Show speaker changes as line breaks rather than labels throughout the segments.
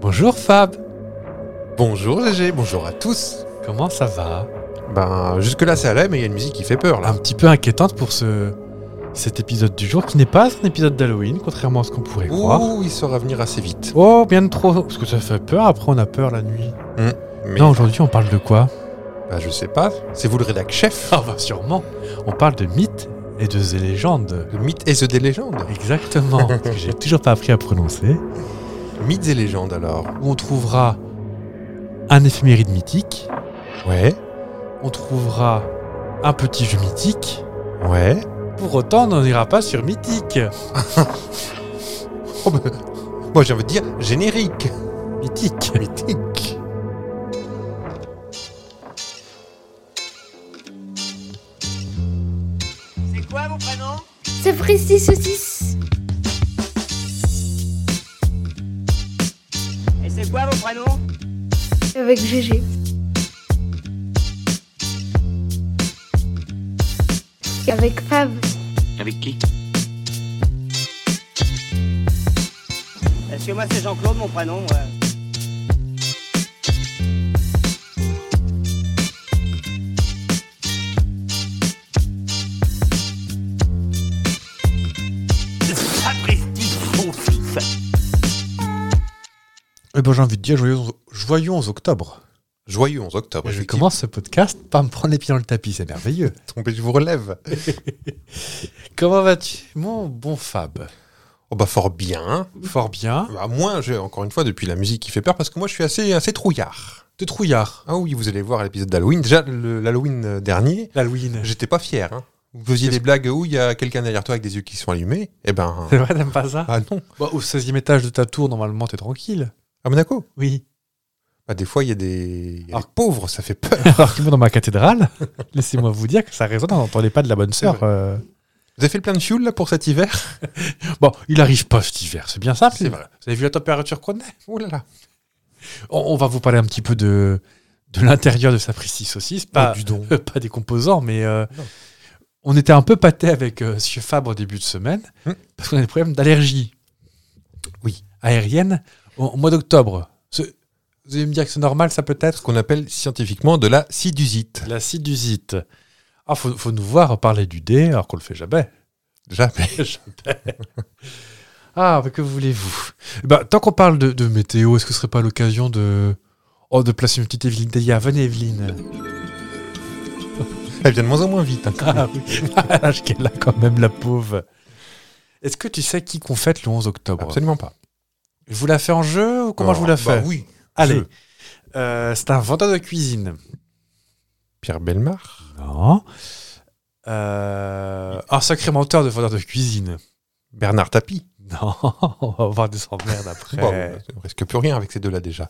Bonjour Fab,
Bonjour GG, bonjour à tous.
comment ça va
Ben, jusque-là ça allait, mais il y a une musique qui fait peur là.
Un petit peu inquiétante pour ce cet épisode du jour qui n'est pas un épisode d'Halloween, contrairement à ce qu'on pourrait croire.
Ouh, il saura venir assez vite.
Oh, bien de trop, parce que ça fait peur, après on a peur la nuit.
Mais
Non, aujourd'hui on parle de quoi
ben, je sais pas, c'est vous le rédac chef
Ah bah sûrement, on parle de mythes et de légendes.
de Mythes et des légendes.
Exactement, parce que j'ai toujours pas appris à prononcer.
Mythes et légendes alors.
Où on trouvera un éphéméride mythique,
Ouais,
on trouvera un petit jeu mythique,
ouais.
pour autant on n'en ira pas sur mythique.
Oh, ben, moi j'ai envie de dire générique.
Mythique.
Mythique.
C'est quoi vos prénoms
C'est précis saucisse.
Et c'est quoi vos prénoms
Avec GG. Avec Fab.
Avec qui Est-ce que moi c'est Jean-Claude mon prénom ouais.
Eh ben, j'ai envie de dire joyeux, joyeux 11 octobre.
Joyeux 11 octobre.
je
effectivement.
commence ce podcast par me prendre les pieds dans le tapis, c'est merveilleux.
Tombé, je vous relève.
Comment vas-tu Mon bon Fab.
Oh bah fort bien.
Fort bien.
Bah, moins, je- encore une fois, depuis la musique qui fait peur, parce que moi je suis assez, assez trouillard.
De trouillard.
Ah oui, vous allez voir à l'épisode d'Halloween. Déjà, le- l'Halloween euh, dernier,
L'Halloween.
J'étais pas fier. Hein. Vous faisiez des blagues où il y a quelqu'un derrière toi avec des yeux qui sont allumés. Eh ben.
C'est vrai, t'aimes pas ça
ah non.
Bah, Au 16e étage de ta tour, normalement, t'es tranquille.
À Monaco
Oui.
bah, Des fois, il y a des. il y a
Ah.
des pauvres, ça fait peur.
Alors que moi, dans ma cathédrale, laissez-moi vous dire que ça résonne, on n'entendait pas de la bonne sœur. euh.
Vous avez fait le plein de fuel là pour cet hiver
Bon, il arrive pas cet hiver, c'est bien simple.
C'est vrai.
Vous avez vu la température qu'on est
Ouh là là.
on, on va vous parler un petit peu de, de l'intérieur de Sapristi Saucisse, pas,
Oh, dis donc.
Euh, pas des composants, mais euh,
Non.
on était un peu pâté avec euh, Monsieur Fabre au début de semaine
Hmm.
parce qu'on a des problèmes d'allergie.
Oui.
Aérienne au, au mois d'octobre. Ce- Vous allez me dire que c'est normal, ça peut
Ce
être
qu'on appelle scientifiquement de la sidusite.
La sidusite. Ah, faut, faut nous voir parler du dé alors qu'on le fait jamais.
Jamais.
Ah, mais que voulez-vous Eh ben, Tant qu'on parle de, de météo, est-ce que ce serait pas l'occasion de. Oh, de placer une petite Evelyne Delia. Venez, Evelyne.
Elle vient de moins en moins vite. hein.
Ah oui, à l'âge qu'elle a quand même, la pauvre. Est-ce que tu sais qui qu'on fête le 11 octobre
Absolument pas.
Je vous la fais en jeu ou comment je vous la
Alors,
fais
bah Oui.
Allez,
jeu.
Euh, c'est un vendeur de cuisine.
Pierre Belmar.
Non. Euh, un sacrémenteur de vendeur de cuisine.
Bernard Tapie.
Non, on va avoir des emmerdes après.
Bon, on risque plus rien avec ces deux-là déjà.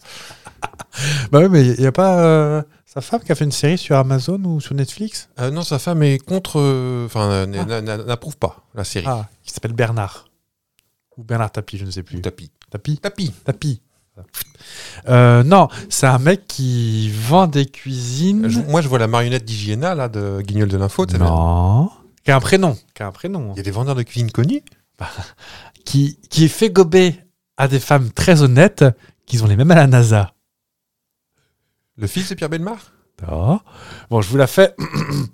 bah oui, mais il n'y a pas euh, sa femme qui a fait une série sur Amazon ou sur Netflix
Euh, non, sa femme est contre. euh, Enfin, euh, n- n- n- n'approuve pas la série.
Ah, qui s'appelle Bernard. Ou Bernard Tapie, je ne sais plus.
Tapie.
Tapie
Tapie.
tapis. Euh, non, c'est un mec qui vend des cuisines.
Je- moi, je vois la marionnette d'Hygiena, là, de Guignol de l'Info. tu sais,
non. Qui a un prénom. Qui a un prénom.
Il y a des vendeurs de cuisine connus
Qui, qui est fait gober à des femmes très honnêtes qui ont les mêmes à la NASA.
Le fils de Pierre Belmar
Non. Bon, je vous la fais.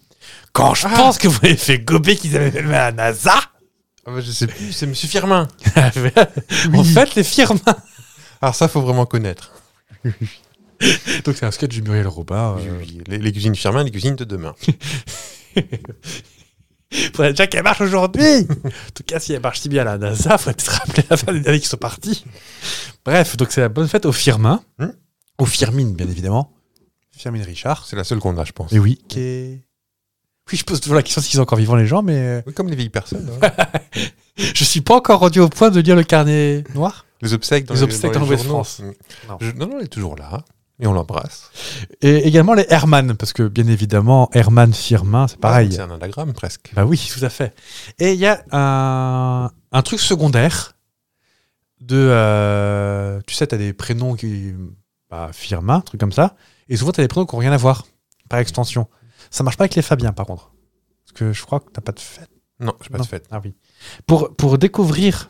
Quand je
Ah.
pense que vous avez fait gober qu'ils avaient les mêmes à la NASA.
Ah, bah, Je sais plus, c'est Monsieur Firmin.
En fait, les firmes.
Alors Ah, ça, faut vraiment connaître.
Donc, c'est un sketch du Muriel Robin. euh,
J'ai oublié. Les, les cuisines Firmin, les cuisines de demain.
Faudrait déjà qu'elle marche aujourd'hui. en tout cas, si elle marche si bien à la NASA, faudrait peut-être rappeler la fin des années qui sont partis. Bref, donc c'est la bonne fête au Firmin.
Hmm.
au Firmin, bien évidemment. Firmin Richard.
C'est la seule qu'on a, je pense.
Et oui. Qui est- Oui, je pose toujours la question s'ils sont encore vivants, les gens, mais euh,
Oui, comme les vieilles personnes. hein.
je suis pas encore rendu au point de lire le carnet noir.
les obsèques dans
Les
les,
obsèques
dans
dans
les
l'Ouest
journaux.
France.
Mm.
Non.
Je- non, non, elle est toujours là. Et on l'embrasse.
Et également les Herman, parce que bien évidemment, Herman Firmin, c'est pareil.
C'est un anagramme, presque.
Bah oui, tout à fait. Et il y a un, un truc secondaire de. euh, tu sais, t'as des prénoms qui. Bah, Firmin, un truc comme ça. Et souvent, t'as des prénoms qui n'ont rien à voir, par extension. Ça marche pas avec les Fabiens, par contre. Parce que je crois que t'as pas de fête.
Non, je pas
Non.
de fête.
Ah oui. Pour, pour découvrir.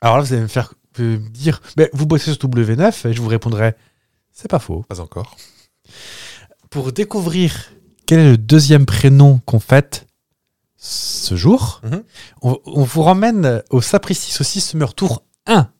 Alors là, vous allez me faire. pouvez me dire mais Vous bossez sur W9 Et je vous répondrai C'est pas faux.
Pas encore.
Pour découvrir quel est le deuxième prénom qu'on fête ce jour,
Mhm.
on, on vous ramène au Sapristi Saucisse Summer Tour 1.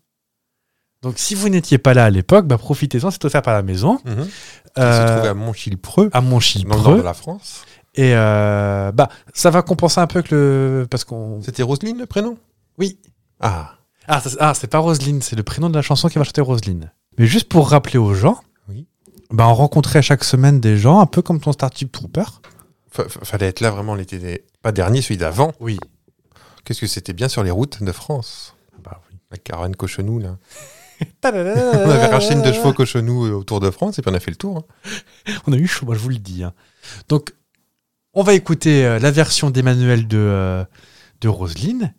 Donc si vous n'étiez pas là à l'époque, bah, profitez-en, c'est offert par la maison.
Mhm. Il se
Euh,
trouve à Montchilpreux,
à
dans le nord de
Montchilpreux.
la France.
Et euh, bah, ça va compenser un peu que le. Parce qu'on.
C'était Roselyne le prénom
Oui.
Ah,
Ah, ça- ah, c'est pas Roselyne, c'est le prénom de la chanson qui va chanter Roselyne. Mais juste pour rappeler aux gens,
Oui.
bah, on rencontrait chaque semaine des gens, un peu comme ton Startup Trooper.
fa- fa- fallait être là vraiment l'été, des- pas dernier, celui d'avant.
Oui.
Qu'est-ce que c'était bien sur les routes de France
Bah, oui.
La caravane cochonou, là. On avait racheté une deux chevaux cochonou euh, autour de France et puis on a fait le tour. hein.
On a eu chaud, moi je vous le dis. hein. Donc, on va écouter euh, la version d'Emmanuel de, euh, de Roselyne.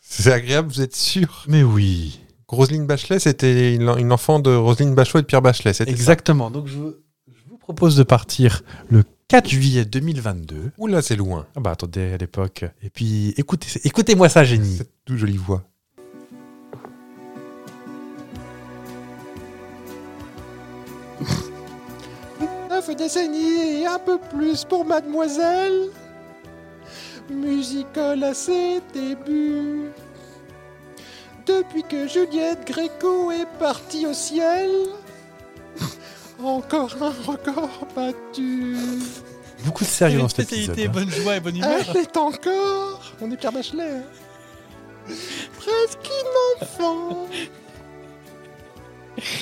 C'est agréable, vous êtes sûr.
Mais oui.
Roselyne Bachelet, c'était une, une enfant de Roselyne Bachelot et de Pierre Bachelet. c'était ça
Exactement. Donc, je, je vous propose de partir le 4 juillet 2022.
Oula, c'est loin.
Ah bah attendez, à l'époque. Et puis, écoutez, écoutez-moi ça, génie.
Cette toute jolie voix.
Neuf décennies et un peu plus pour mademoiselle. Musicole à ses débuts. Depuis que Juliette Gréco est partie au ciel. Encore un record battu.
Beaucoup de sérieux dans
une
cet épisode.
spécialité
hein.
bonne joie et bonne humeur.
Elle est encore. On est Pierre Bachelet. hein. Presque une enfant.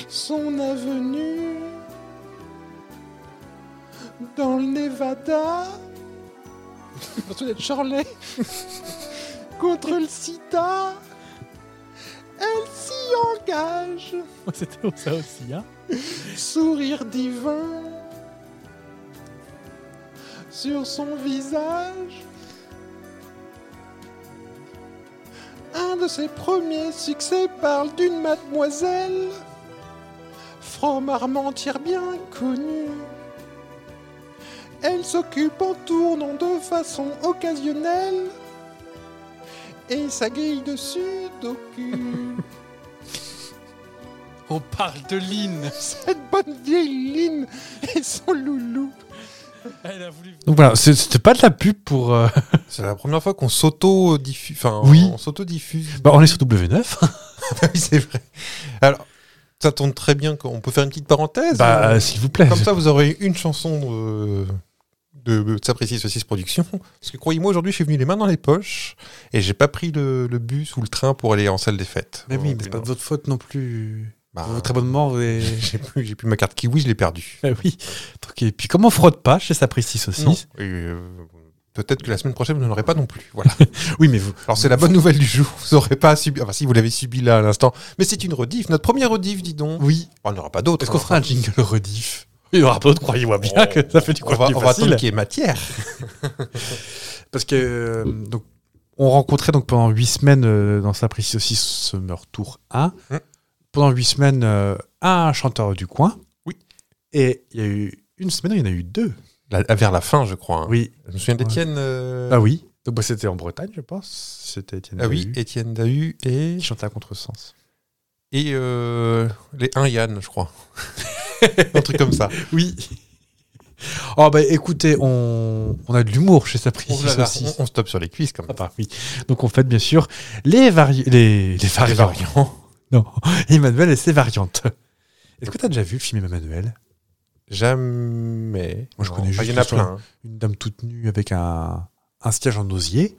Son avenue. Dans le Nevada. Parce qu'on est de Charlet. Contre le sida. Elle s'y engage.
C'était ça aussi, hein.
Sourire divin. Sur son visage. Un de ses premiers succès parle d'une mademoiselle. Franc Armentière bien connue. Elle s'occupe en tournant de façon occasionnelle. Et sa grille de sudoku.
On parle de Lynn.
Cette bonne vieille Lynn et son loulou.
Elle a voulu.
Donc voilà, c'est- c'était pas de la pub pour. euh,
C'est la première fois qu'on s'auto-diffuse. Enfin,
Oui.
on s'auto-diffuse.
Bah, on est sur W9.
oui, c'est vrai. Alors, ça tombe très bien. qu'on peut faire une petite parenthèse.
bah,
Euh,
euh, s'il vous plaît.
Comme ça, vous aurez une chanson euh, de, de S'apprécie Saucisse Production. Parce que croyez-moi, aujourd'hui, je suis venu les mains dans les poches et j'ai pas pris le, le bus ou le train pour aller en salle des fêtes.
Mais oui, Oh, mais c'est
Euh,
pas de votre faute non Ah. plus.
bah,
Votre abonnement, vous avez.
j'ai plus, j'ai plus ma carte Kiwi, je l'ai perdue.
Ah oui. Donc, et puis, comme on fraude pas chez Sapristi
Non.
Saucisse.
Et, euh, Peut-être que la semaine prochaine, vous n'en aurez pas non plus. Voilà.
Oui, mais vous.
Alors c'est la bonne nouvelle du jour, vous n'aurez pas subi, enfin si vous l'avez subi là à l'instant, mais c'est une rediff, notre première rediff dis donc. Oh,
Oui.
On n'aura pas hein. d'autres.
Est-ce qu'on fera un jingle rediff Il y aura pas d'autre, croyez-moi bien que ça fait du
on va,
contenu
on va attendre
facile.
qu'il y ait matière.
Parce que. euh, donc, on rencontrait donc pendant 8 semaines euh, dans Sapristi Saucisse Summer Tour 1.
Hmm.
Pendant 8 semaines, euh, un chanteur du coin.
Oui.
Et il y a eu une semaine, il y en a eu deux.
La- vers la fin, je crois. hein.
Oui.
Je me souviens d'Étienne. euh,
Ah oui. Donc bah, c'était en Bretagne, je pense. C'était Étienne
ah oui,
Dahu
Étienne Dahu et
qui chantait à contresens.
et euh, les un Yann, je crois. un truc comme ça.
Oui. Oh bah écoutez, on, on a de l'humour chez Sapristi
Oh là là,
aussi.
on, on se tape sur les cuisses comme
Ah bah oui. Donc on fait bien sûr les, vari... les, les
Les
variants.
variants.
Non, Emmanuel et ses variantes. Est-ce que t'as déjà vu le film Emmanuel
Jamais.
Moi, je
Non.
connais
Ah,
juste
Il y en a
le son.
plein. hein.
Une dame toute nue avec un, un siège en osier.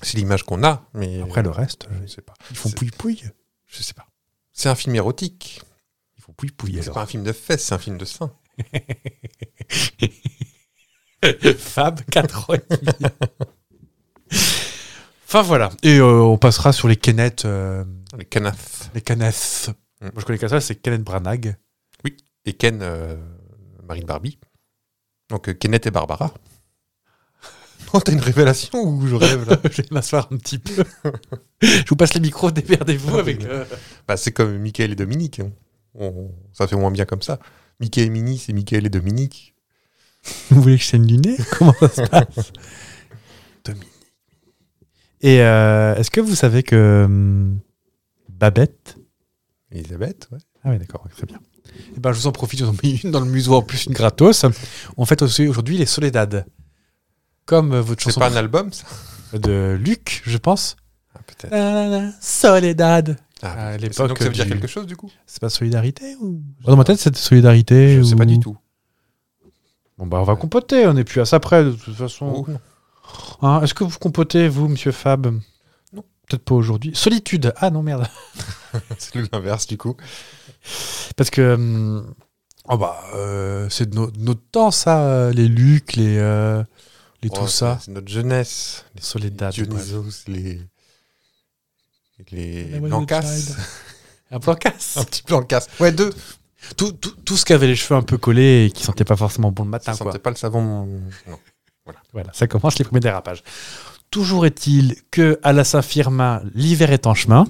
C'est l'image qu'on a, mais
Après le reste,
je sais pas.
ils font
C'est-
pouille-pouille.
Je sais pas. C'est un film érotique.
Ils font pouille-pouille
C'est
alors.
pas un film de fesses, c'est un film de seins.
Fab, 4 ans et demi. Enfin voilà. Et euh, on passera sur les Kenneth. euh,
Les canafs.
les Kenneth.
Mm.
Moi je connais qu'à ça, c'est Kenneth Branagh.
Et Ken, euh, mari de Barbie. Donc euh, Kenneth et Barbara. Oh, t'as une révélation ou je rêve là
je vais m'asseoir un petit peu. je vous passe les micros, démerdez-vous avec. euh,
bah, C'est comme Michael et Dominique. hein. On- ça fait moins bien comme ça. Mickey et Minnie, c'est Michael et Dominique.
Vous voulez que je saigne du nez Comment ça se passe Dominique. Et euh, est-ce que vous savez que hum, Babette.
Elisabeth, ouais.
Ah oui, d'accord, très bien. Et ben, je vous en profite, je vous en mets une dans le museau en plus, une gratos. On fête aussi aujourd'hui les Soledad. Comme euh, votre
C'est
chanson
pas un album, ça
de Luc, je pense.
ah, Peut-être.
Na, na, na, Soledad.
Ah,
à
peut-être.
l'époque
Donc ça veut dire
du-
quelque chose, du coup
C'est pas solidarité ou Oh, Dans ma tête, c'était solidarité.
Je sais pas
ou-
du tout.
Bon, bah, on va compoter, on est plus à ça près, de toute façon. Hein, Est-ce que vous compotez, vous, monsieur Fab
Non.
Peut-être pas aujourd'hui. Solitude. Ah non, merde.
C'est le- l'inverse, du coup.
Parce que. hum, Oh bah, euh, c'est de, no- de notre temps, ça, euh, les Luc, les. euh, les
Oh,
tout ça.
C'est notre jeunesse.
Les Soledad. bref.
Dionysos, les. Les.
La Wild
Blancas.
Un plan casse.
Un petit Blancas. Ouais, deux.
Tout, tout, tout ce qui avait les cheveux un peu collés et qui sentait pas forcément bon le matin,
Ça
quoi.
sentait pas le savon. Non.
Voilà, ça commence les premiers dérapages. Toujours est-il que à la Saint-Firmin, l'hiver est en chemin.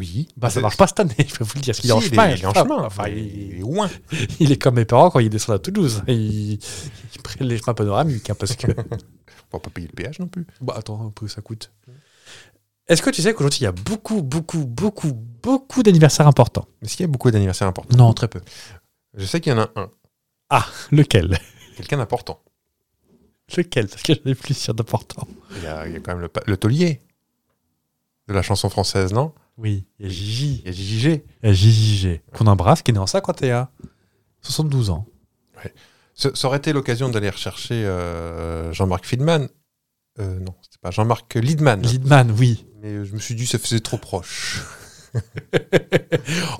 Oui.
Bah, ça marche pas cette année, je peux vous le dire.
Si,
Il est en chemin.
il est en
enfin,
chemin.
enfin,
il est
il,
loin.
il est comme mes parents quand ils descendent à Toulouse. Ils, ils prennent les chemins panoramiques hein, parce que.
On va pas payer le péage non plus.
bah, attends, un peu, ça coûte. Est-ce que tu sais qu'aujourd'hui, il y a beaucoup, beaucoup, beaucoup, beaucoup d'anniversaires importants
Mais s'il y a beaucoup d'anniversaires importants,
Non, très peu.
je sais qu'il y en a un.
Lequel
Quelqu'un d'important.
Lequel Parce que j'en ai plusieurs d'importants.
Il y, a il y a quand même le, pa- le taulier de la chanson française, non
Oui, il y a Gigi.
Il y a JJG.
Il y a Gigi qu'on embrasse, qui est né en 51. 72 ans.
Ce- Ça aurait été l'occasion d'aller rechercher euh, Jean-Marc Friedman. Euh, non, c'était pas Jean-Marc Liedman.
Lidman, oui.
Mais je me suis dit, ça faisait trop proche.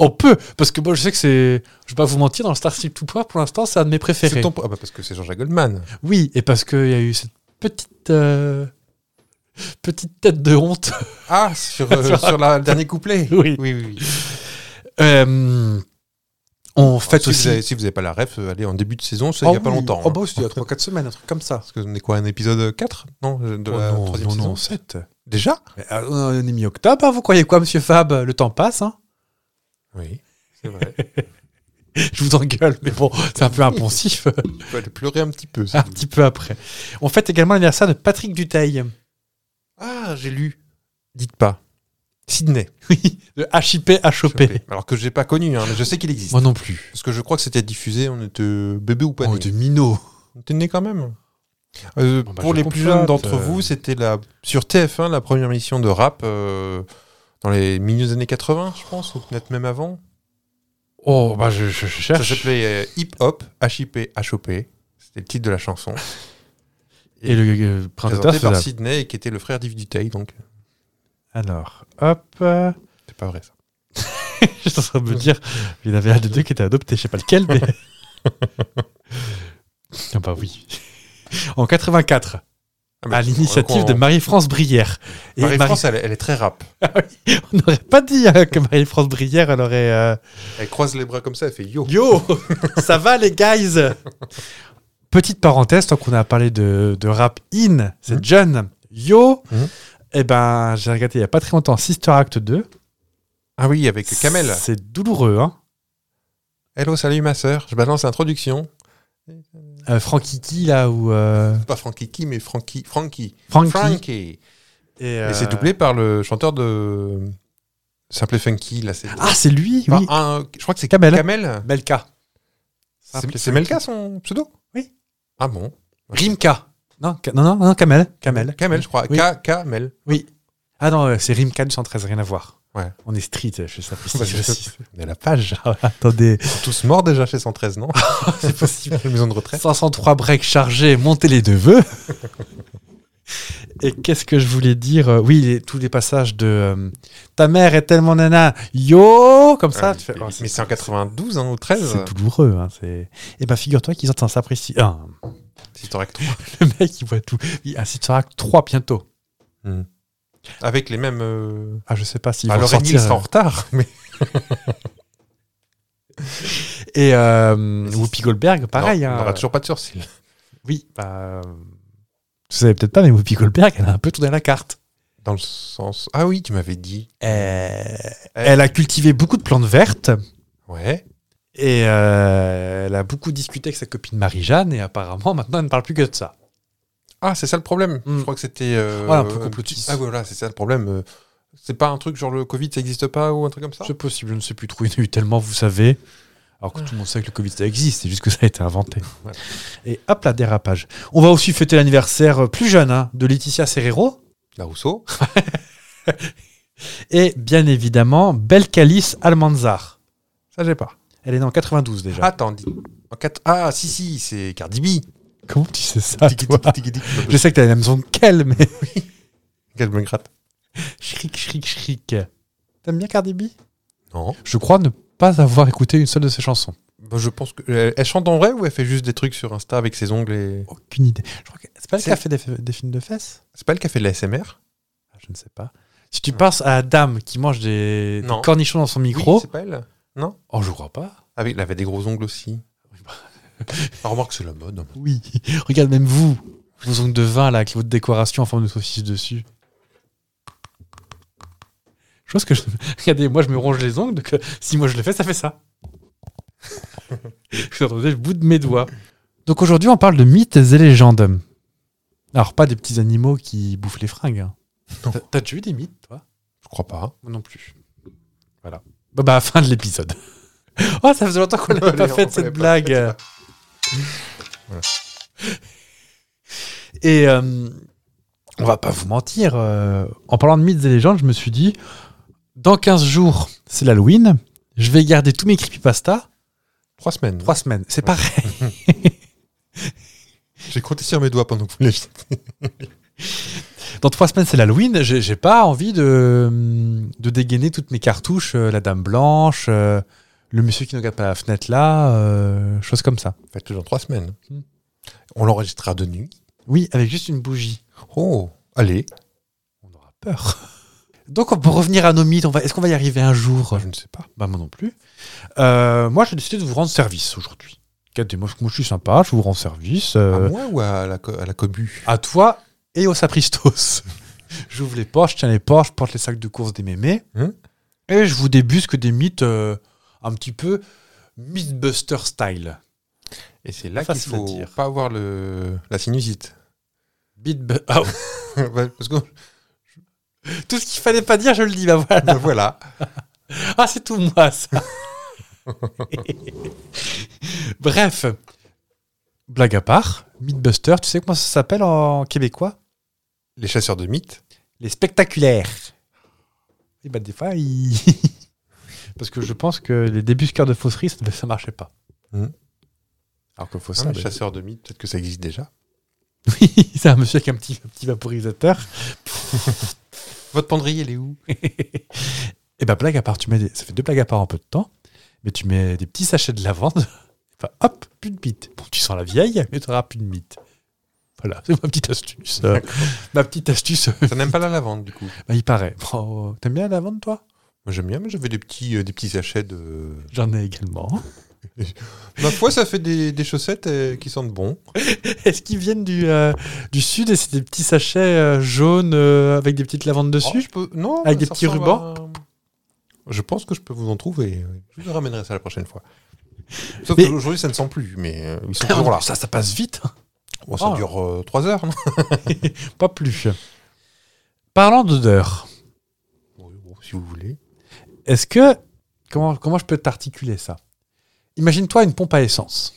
On peut, parce que moi je sais que c'est. Je vais pas vous mentir, dans le Starship Two Power, pour l'instant, c'est un de mes
C'est
préférés.
ton... ah bah parce que c'est Jean-Jacques Goldman.
Oui, et parce qu'il y a eu cette petite. euh, Petite tête de honte.
Ah, sur, euh, sur la- le dernier couplet.
Oui.
oui, oui.
Euh, on fête
Faites si,
aussi.
Vous avez, si vous n'avez pas la ref, euh, allez en début de saison, c'est il n'y a
Oh
pas
oui.
longtemps.
Oh,
hein.
bah, c'était il y a 3-4 semaines, un truc comme ça.
Parce que on est quoi, un épisode 4 Non, euh, de
Oh
la
non,
troisième
non,
saison
non, sept.
Déjà
Mais, euh, on est mi-octobre, hein, vous croyez quoi, monsieur Fab Le temps passe, hein
Oui, c'est vrai.
Je vous engueule, mais bon, c'est un peu impensif.
Il faut aller pleurer un petit peu. ça.
un petit peu après. On fête également l'anniversaire de Patrick Duteil.
Ah, j'ai lu. Dites pas. Sydney.
Oui, de HIP-HOP.
Alors que je n'ai pas connu, hein, mais je sais qu'il existe.
Moi non plus.
Parce que je crois que c'était diffusé, on était euh, bébé ou pas
Oh,
né.
de minot.
On était né quand même. Euh,
Bon, bah,
pour
je
les
compte
plus
pas,
jeunes d'entre
euh.
vous, c'était la sur TF1 la première émission de rap euh, dans les milieux des années 80, je pense, ou peut-être même avant.
Oh, bah je, je- je
Ça
cherche.
s'appelait euh, Hip Hop, H-I-P, H-O-P. C'était le titre de la chanson.
Et, le euh, présentateur
présenté
c'est
par
la-
Sydney, qui était le frère d'Yves Duteil, donc euh,
Alors, hop. euh,
c'est pas vrai ça.
je suis en train de me dire, il y en avait un des deux qui était adopté, je sais pas lequel, mais. ah bah oui. En 84,
Ah, mais
à l'initiative
on-
de Marie-France Brière. Et
Marie
Marie-
France, elle, elle est très rap.
on n'aurait pas dit hein, que Marie-France Brière, elle aurait. euh,
Elle croise les bras comme ça, elle fait yo.
Yo Ça va les guys Petite parenthèse, tant qu'on a parlé de, de rap in, c'est
Mmh.
John. Yo
Mhm.
Eh ben, j'ai regardé il y a pas très longtemps Sister Act 2.
Ah oui, avec Kamel.
C'est douloureux, hein
Hello, salut ma sœur. Je balance l'introduction.
euh, Frankie Key, là, ou. euh,
Pas Frankie qui, mais Frankie. Frankie.
Frankie.
Frankie.
Et,
Et c'est
euh,
doublé par le chanteur de Simple et Funky. Là, c'est...
Ah, c'est lui
Enfin,
Oui.
un- je crois que c'est
Kamel.
Kamel.
Melka. Simple
C'est,
et
c'est Melka son pseudo
Oui.
Ah bon
Rimka. Non, Ka- non, non, non, Kamel. Kamel.
Kamel, je crois.
Oui.
K, Kamel.
Oui. Ah non, euh, c'est Rimka du 113, rien à voir.
Ouais.
On est street, je suis ça.
Parce que- On est à la page.
Ah Attendez,
Ils sont tous morts déjà chez 113, non
c'est possible.
La maison de retraite.
503 breaks chargés, montez les deux vœux. Et qu'est-ce que je voulais dire Euh, Oui, les- tous les passages de euh, Ta mère est tellement nana, yo Comme ça,
Ah,
tu fais-
mais,
oh,
mais c'est en 92 hein, ou 13
C'est douloureux. Hein, c'est... Eh ben, figure-toi qu'ils ont un sapristi. Ah,
si t'en règles trois.
le mec, il voit tout. Il ah, un site 3 bientôt.
Avec les mêmes. euh,
Ah, je sais pas s'il
bah,
va
Laurent
sortir.
Hill
euh,
sera en retard, mais
Et euh,
Mais
Whoopi Goldberg, pareil.
Non,
hein.
on aura toujours pas de sourcils.
Oui, bah, euh, vous savez peut-être pas, mais Whoopi Goldberg, elle a un peu tourné la carte.
Dans le sens. Ah oui, tu m'avais dit.
Euh, Elle a cultivé beaucoup de plantes vertes.
Ouais.
Et euh, elle a beaucoup discuté avec sa copine Marie-Jeanne, et apparemment, maintenant, elle ne parle plus que de ça.
Ah, c'est ça le problème.
Mm.
Je crois que c'était. euh,
Voilà, un peu Ah complotiste.
Ah voilà, c'est ça le problème. euh, C'est pas un truc genre le Covid, ça existe pas ou un truc comme ça
C'est possible, je ne sais plus trop. Il y en a eu tellement, vous savez. Alors que tout le monde sait que le Covid, ça existe. C'est juste que ça a été inventé.
Ah. Voilà.
Et hop là, dérapage. On va aussi fêter l'anniversaire euh, plus jeune hein, de Laetitia Serrero.
La Rousseau
Et bien évidemment, Belcalis Almanzar.
Ça, j'ai pas.
Elle est née en 92 déjà.
Attends, Ah, dis- en quatre- Ah, si, si, c'est Cardi B.
comment tu sais ça
Tiki,
Ah, toi
tiki, tiki, tiki.
Je sais que t'as la même zone qu'elle, mais.
Quelle bonne gratte.
Shrik, shrik, shrik. T'aimes bien Cardi B
Non.
Je crois ne pas avoir écouté une seule de ses chansons.
Bah, je pense que. Elle, elle chante en vrai ou elle fait juste des trucs sur Insta avec ses ongles et.
Aucune idée. Je crois que c'est pas le
C'est-
café des, des films de fesses
C'est pas elle qui a fait de la SMR
Ah, Je ne sais pas. Si tu penses à la dame qui mange des, des
Non.
cornichons dans son micro,
c'est pas elle.
oh, je crois pas.
Ah oui, elle avait des gros ongles aussi. Ah, remarque, c'est la mode.
Oui. Regarde, même vous, vos ongles de vin là, avec votre décoration en forme de saucisse dessus. Je pense que je- Regardez, moi je me ronge les ongles, donc euh, si moi je le fais, ça fait ça. je suis le bout de mes doigts. Donc aujourd'hui, on parle de mythes et légendes. Alors, pas des petits animaux qui bouffent les fringues. hein.
Non.
T'as- T'as tué des mythes, toi
Je crois pas.
Moi non plus. Voilà. Bah, bah fin de l'épisode. oh, ça faisait longtemps qu'on l'avait
Allez,
pas
on
fait cette
l'avait pas
blague.
fait,
Voilà. Et euh, on va pas vous mentir, euh, en parlant de mythes et légendes, je me suis dit, dans 15 jours, c'est l'Halloween, je vais garder tous mes creepypasta
Trois semaines.
trois semaines. C'est pareil.
J'ai compté sur mes doigts pendant que vous les
Dans trois semaines, c'est l'Halloween. J'ai j'ai pas envie de, de dégainer toutes mes cartouches, euh, la Dame Blanche, euh, le monsieur qui ne regarde pas la fenêtre là, euh, choses comme ça.
Faites-le dans trois semaines.
Hmm.
On l'enregistrera de nuit.
Oui, avec juste une bougie.
Oh, allez.
On aura peur. Donc, on peut revenir à nos mythes. On va- Est-ce qu'on va y arriver un jour
Je ne sais pas.
Bah, moi non plus. Euh, moi, j'ai décidé de vous rendre service aujourd'hui. Regardez, moi, je- moi, je suis sympa, je vous rends service.
À
euh,
moi ou à la, co- à la combu
à toi et au sapristos. J'ouvre les porches, je tiens les porches, je porte les sacs de course des mémés.
Hein
et je vous débusque des mythes euh, un petit peu Mythbuster style.
Et c'est là qu'il
Facile à
faut
dire.
pas avoir le, la sinusite.
Beatbu- Ah,
Ouais, Parce que
tout ce qu'il fallait pas dire, je le dis. Bah voilà.
bah voilà.
Ah, c'est tout moi, ça. Bref, blague à part, Mythbuster, tu sais comment ça s'appelle en québécois
Les chasseurs de mythes.
Les spectaculaires. Et bah des fois, ils- Parce que je pense que les débusqueurs de fausseries, ça ne marchait pas.
Mhm.
Alors que
Hein,
fausserie,
les chasseurs de mythes, peut-être que ça existe déjà.
oui, c'est un monsieur avec un petit, un petit vaporisateur.
Votre pendrier, il est où
Et bah blague à part, tu mets des- ça fait deux blagues à part en peu de temps, mais tu mets des petits sachets de lavande, et bah, hop, plus de mythe. Bon, tu sens la vieille, mais tu n'auras plus de mythe. Voilà, c'est ma petite astuce. euh, ma petite astuce, euh,
Ça n'aime pas la lavande, du coup.
bah, il paraît. Bon, euh, T'aimes bien la lavande, toi
Moi, j'aime bien, mais j'avais des petits, euh, des petits sachets de.
J'en ai également.
Ma foi, ça fait des, des chaussettes euh, qui sentent bon.
Est-ce qu'ils viennent du, euh, du sud et c'est des petits sachets euh, jaunes euh, avec des petites lavandes
Oh,
dessus
je peux... Non.
Avec des
ça
petits
ressemble à
rubans
un- Je pense que je peux vous en trouver. Je vous ramènerai ça la prochaine fois. Sauf
Mais-
qu'aujourd'hui, ça ne sent plus, mais euh, ils sont toujours là.
Ça, ça passe vite.
Bon, ça
Ah.
dure 3 heures, non
Pas plus. Parlant d'odeur,
Oui, bon, Si vous voulez.
est-ce que. Comment, comment je peux t'articuler ça Imagine-toi une pompe à essence.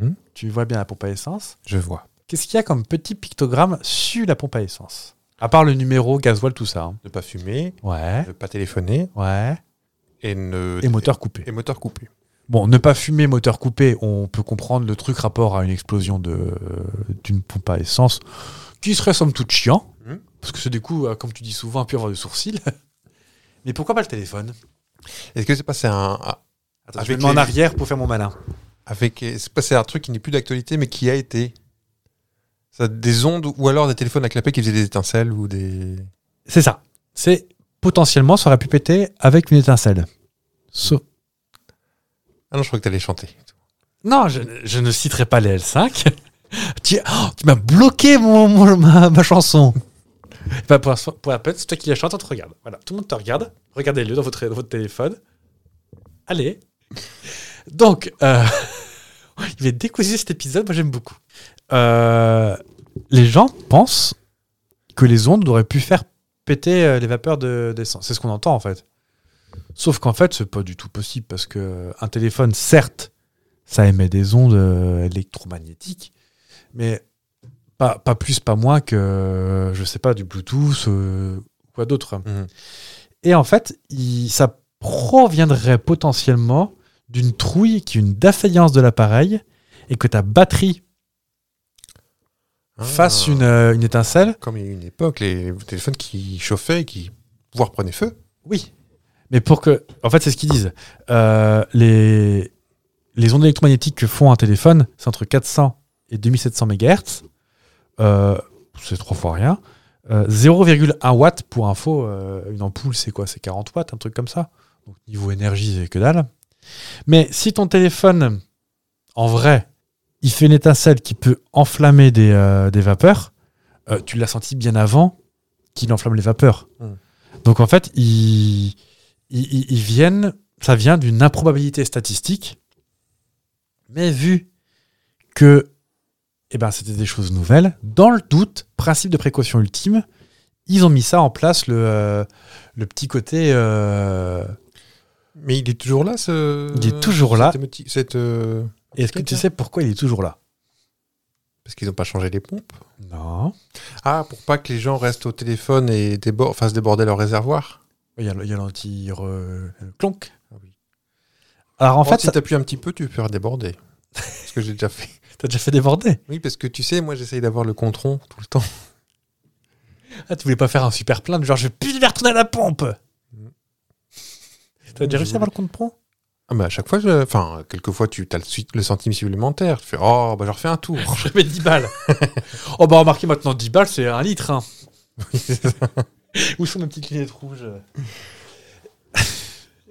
Mhm,
Tu vois bien la pompe à essence.
Je vois.
Qu'est-ce qu'il y a comme petit pictogramme sur la pompe à essence À part le numéro, gasoil, tout ça. hein.
Ne pas fumer,
Ouais,
ne pas téléphoner
ouais.
et ne.
Et moteur coupé.
Et moteur coupé.
Bon, ne pas fumer, moteur coupé, on peut comprendre le truc rapport à une explosion de, euh, d'une pompe à essence, qui serait somme toute chiant,
Mhm.
parce que c'est des coups, euh, comme tu dis souvent, un peu avoir de sourcils. Mais pourquoi pas le téléphone
Est-ce que c'est passé un. à-
Attends,
Avec
Je me mets en
les-
arrière pour faire mon malin.
Avec, c'est passé un truc qui n'est plus d'actualité, mais qui a été. Ça, des ondes ou alors des téléphones à clapet qui faisaient des étincelles ou des.
C'est ça. C'est potentiellement, ça aurait pu péter avec une étincelle. Sau-
Ah non, je crois que t'allais chanter.
Non, je, je ne citerai pas les L5. tu oh, tu m'as bloqué mon, mon- ma, ma chanson. Bah, pour, la- pour la peine, c'est toi qui la chante, on te regarde. Voilà, tout le monde te regarde. Regardez-le dans votre, dans votre téléphone. Allez. Donc, euh, il est décousu cet épisode, moi j'aime beaucoup. Euh, les gens pensent que les ondes auraient pu faire péter euh, les vapeurs de- d'essence. C'est ce qu'on entend en fait. Sauf qu'en fait, c'est pas du tout possible parce que euh, un téléphone, certes, ça émet des ondes euh, électromagnétiques, mais pas, pas plus, pas moins que, euh, je sais pas, du Bluetooth, euh, quoi d'autre.
Mhm.
Et en fait, il- ça proviendrait potentiellement d'une trouille qui est une défaillance de l'appareil et que ta batterie
Ah.
fasse une, euh, une étincelle.
Comme il y a eu une époque, les téléphones qui chauffaient, et qui voire prenaient feu.
Oui. Mais pour que. En fait, c'est ce qu'ils disent. Euh, les... les ondes électromagnétiques que font un téléphone, c'est entre 400 et 2700 MHz. Euh, c'est trois fois rien. Euh, 0,1 watt pour info, euh, une ampoule, c'est quoi C'est 40 watts, un truc comme ça. Donc, niveau énergie, c'est que dalle. Mais si ton téléphone, en vrai, il fait une étincelle qui peut enflammer des, euh, des vapeurs, euh, tu l'as senti bien avant qu'il enflamme les vapeurs. Donc en fait, ils, ils- ils- ils viennent, ça vient d'une improbabilité statistique, mais vu que eh ben, c'était des choses nouvelles, dans le doute, principe de précaution ultime, ils ont mis ça en place, le, euh, le petit côté... euh,
Mais il est toujours là, ce.
Il est toujours là.
cette moti- cette, euh,
Est-ce que tu sais pourquoi il est toujours là
Parce qu'ils n'ont pas changé les pompes.
Non.
Ah, pour pas que les gens restent au téléphone et débor- fassent déborder leur réservoir.
Il y a, le- il y a lanti re- le clonk.
Ah oui.
Alors en
En
fait,
si
ça-
t'appuies un petit peu, Oh, tu peux faire déborder. Ce que j'ai déjà fait.
t'as déjà fait déborder.
Oui, parce que tu sais, moi j'essaye d'avoir le contron tout le temps.
Ah, tu voulais pas faire un super plein de genre je vais plus jamais retourner à la pompe T'as déjà
Je
réussi à avoir le compte pro
Ah bah à chaque fois, je... enfin, quelquefois tu as le, su- le centime supplémentaire. Tu fais, oh, bah je refais un tour.
Je mets 10 balles. oh bah remarquez maintenant 10 balles c'est un litre. Hein. Où sont mes petites lunettes rouges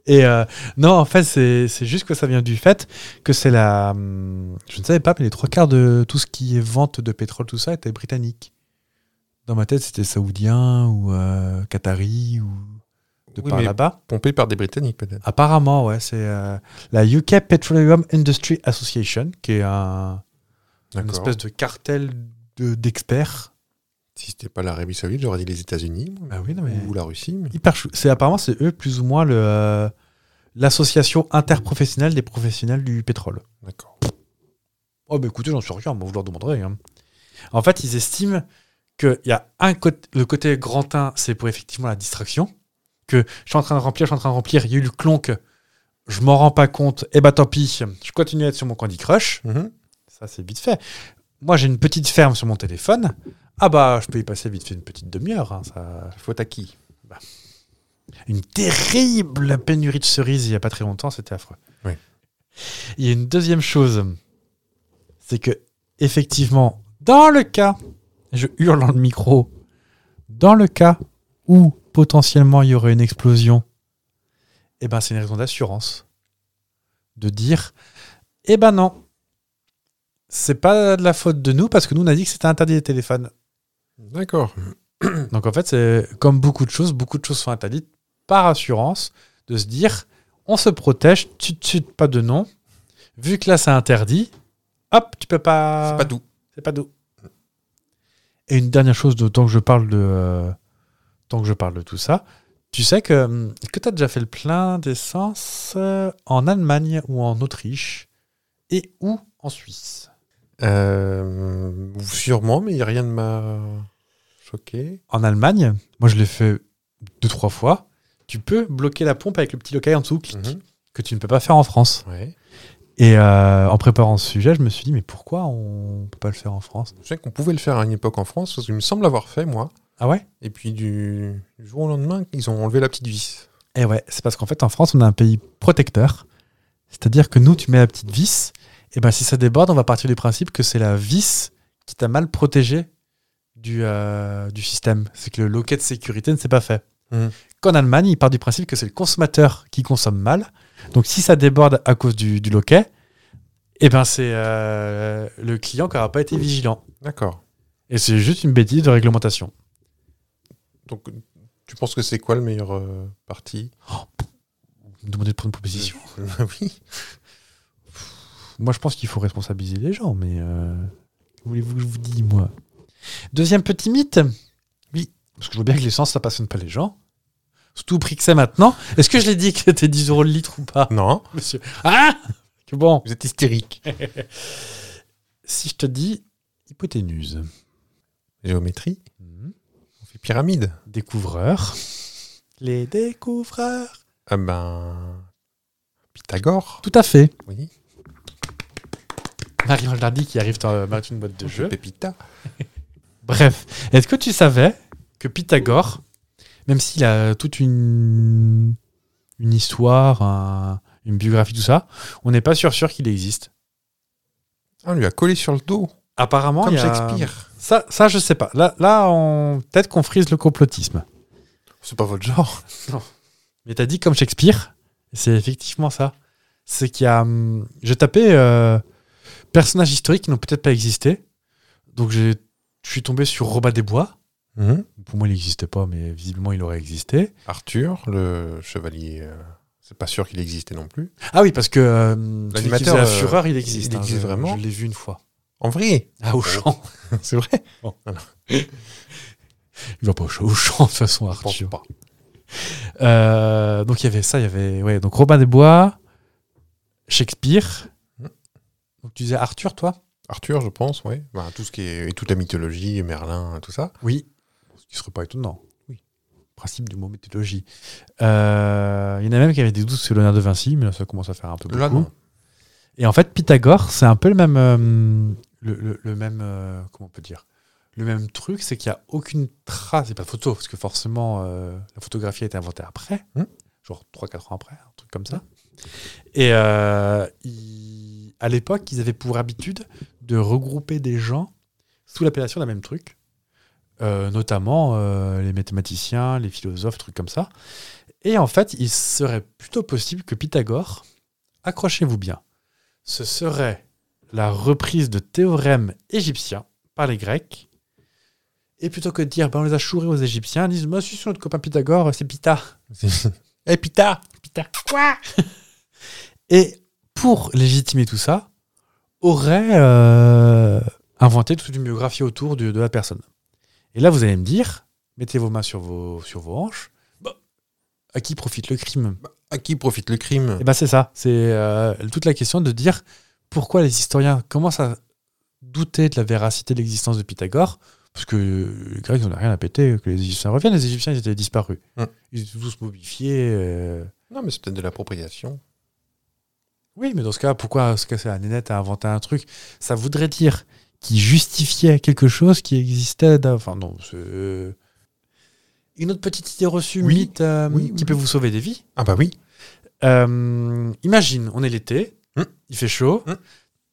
Et euh, non en fait c'est c'est juste que ça vient du fait que c'est la... hum, Je ne savais pas mais les trois quarts de tout ce qui est vente de pétrole tout ça était britannique. Dans ma tête c'était saoudien ou euh, qatari ou de
Oui,
par
mais-
là-bas.
Pompé par des Britanniques peut-être.
Apparemment, ouais, c'est euh, la UK Petroleum Industry Association, qui est un, une
D'accord.
espèce de cartel de- d'experts.
Si c'était pas l'Arabie Saoudite, j'aurais dit les États-Unis moi,
Ah oui, non, mais-
ou la Russie. mais-
Hyper chou. C'est apparemment c'est eux plus ou moins le euh, l'association interprofessionnelle des professionnels du pétrole.
D'accord.
Oh bah écoutez, j'en suis rien, moi vous leur demanderez. hein. En fait, ils estiment qu'il y a un côté, le côté grand 1, c'est pour effectivement la distraction, que je suis en train de remplir, je suis en train de remplir, il y a eu le clonk, je m'en rends pas compte, et bah tant pis, je continue à être sur mon Candy Crush.
Mhm.
Ça, c'est vite fait. Moi, j'ai une petite ferme sur mon téléphone. Ah bah, je peux y passer vite fait une petite demi-heure. hein, ça... Faute à qui Bah. Une terrible pénurie de cerises il n'y a pas très longtemps, c'était affreux.
Oui.
Il y a une deuxième chose, c'est que effectivement, dans le cas, je hurle dans le micro, dans le cas où potentiellement il y aurait une explosion, eh ben c'est une raison d'assurance de dire, eh ben non, c'est pas de la faute de nous parce que nous on a dit que c'était interdit les téléphones.
D'accord. Hmm.
Donc en fait, c'est comme beaucoup de choses, beaucoup de choses sont interdites par assurance de se dire on se protège, tu te pas de nom. Vu que là c'est interdit, hop, tu peux pas.
C'est pas tout.
C'est pas doux. Et une dernière chose, de, tant que je parle de, euh, tant que je parle de tout ça, tu sais que hum, est-ce que tu as déjà fait le plein d'essence euh, en Allemagne ou en Autriche et ou en Suisse.
Euh, sûrement, mais rien ne m'a choqué.
en Allemagne, moi je l'ai fait deux, trois fois, tu peux bloquer la pompe avec le petit local en dessous clic,
Mhm.
que tu ne peux pas faire en France.
Ouais.
Et euh, en préparant ce sujet, je me suis dit, mais pourquoi on peut pas le faire en France
Je sais qu'on pouvait le faire à une époque en France, parce qu'il me semble l'avoir fait, moi.
Ah ouais
Et puis du, du jour au lendemain, ils ont enlevé la petite vis.
Eh ouais, c'est parce qu'en fait, en France, on a un pays protecteur. C'est-à-dire que nous, tu mets la petite vis, et ben si ça déborde, on va partir du principe que c'est la vis qui t'a mal protégé du, euh, du système. C'est que le loquet de sécurité ne s'est pas fait.
Mhm.
Qu'en Allemagne, il part du principe que c'est le consommateur qui consomme mal. Donc si ça déborde à cause du, du loquet, et ben c'est euh, le client qui n'aura pas été vigilant.
D'accord.
Et c'est juste une bêtise de réglementation.
Donc, tu penses que c'est quoi le meilleur euh, parti
Demandez de prendre une proposition.
Oui.
Moi, je pense qu'il faut responsabiliser les gens, mais euh, voulez-vous que je vous dise, moi Deuxième petit mythe Oui. Parce que je vois bien que l'essence, ça passionne pas les gens. Surtout au prix que c'est maintenant. Est-ce que je l'ai dit que c'était 10 euros le litre ou pas,
Non,
monsieur Hein Que Bon,
vous êtes hystérique.
si je te dis hypoténuse, Hmm.
Géométrie, on fait pyramide.
découvreur. Les découvreurs.
Ah ben. Pythagore,
Tout à fait.
oui.
Marie-Ange Lardy qui arrive dans euh, Marie-Ange, une boîte de jeu.
Pépita.
Bref, est-ce que tu savais que Pythagore, même s'il a toute une, une histoire, un- une biographie, tout ça, on n'est pas sûr sûr qu'il existe.
Ah, on lui a collé sur le dos,
Apparemment,
comme
Oh, il y a-
Shakespeare.
Ça, ça, je sais pas. Là, là on... peut-être qu'on frise le complotisme.
C'est pas votre genre.
Mais t'as dit comme Shakespeare, c'est effectivement ça. C'est qu'il y a. hum, J'ai tapé euh, personnages historiques qui n'ont peut-être pas existé. Donc j'ai- je suis tombé sur Robin des Bois.
Mhm.
Pour moi, il n'existait pas, mais visiblement, il aurait existé.
Arthur, le chevalier. euh, C'est pas sûr qu'il existait non plus.
Ah oui, parce que euh, celui qui
L'animateur,
faisait la
euh,
fureur, il existe. hein,
il existe
je-
vraiment
Je l'ai vu une fois.
En vrai,
Ah, au champ.
c'est vrai.
Il va pas au champ, au champ, de toute façon,
Je pense
Arthur.
pas.
Euh, donc il y avait ça, il y avait ouais, donc Robin des Bois, Shakespeare.
Mm.
Donc tu disais Arthur, toi
Arthur, je pense, ouais. Ben, tout ce qui est et toute la mythologie, Merlin, tout ça.
Oui. Ce qui serait pas étonnant. Oui. Principe du mot mythologie. Euh, il y en a même qui avaient des doutes sur Léonard de Vinci, mais là ça commence à faire un peu beaucoup.
Là, non.
Et en fait, Pythagore, c'est un peu le même, euh, le, le- le même, euh, comment on peut dire, le même truc, c'est qu'il n'y a aucune trace, c'est pas de photo, parce que forcément, euh, la photographie a été inventée après,
Hmm.
genre 3-4 ans après, un truc comme ça. Et euh, il- à l'époque, ils avaient pour habitude de regrouper des gens sous l'appellation d'un même truc, euh, notamment euh, les mathématiciens, les philosophes, trucs comme ça. Et en fait, il serait plutôt possible que Pythagore, accrochez-vous bien, ce serait la reprise de théorèmes égyptiens par les Grecs. Et plutôt que de dire, ben, on les a chourés aux Égyptiens, ils disent, moi, je suis sûr, notre copain Pythagore, c'est Pita.
Eh, Pita
Pita. Quoi Et pour légitimer tout ça, aurait euh, inventé toute une biographie autour de, de la personne. Et là, vous allez me dire, mettez vos mains sur vos, sur vos hanches, Bah, à qui profite le crime
À qui profite le crime
et ben c'est ça, c'est euh, toute la question de dire pourquoi les historiens commencent à douter de la véracité de l'existence de Pythagore, parce que euh, les Grecs n'en ont rien à péter que les Égyptiens reviennent, les Égyptiens ils étaient disparus.
Hum.
Ils étaient tous momifiés. euh.
Non, mais c'est peut-être de l'appropriation.
Oui, mais dans ce cas, pourquoi se casser la nénette à inventer un truc Ça voudrait dire qu'il justifiait quelque chose qui existait. d'avant. Enfin non, c'est... euh, Une autre petite idée reçue,
Oui,
mythe, euh,
oui, oui,
qui peut
oui.
vous sauver des vies.
Ah bah oui.
Euh, imagine, on est l'été,
Hmm.
il fait chaud,
Hmm.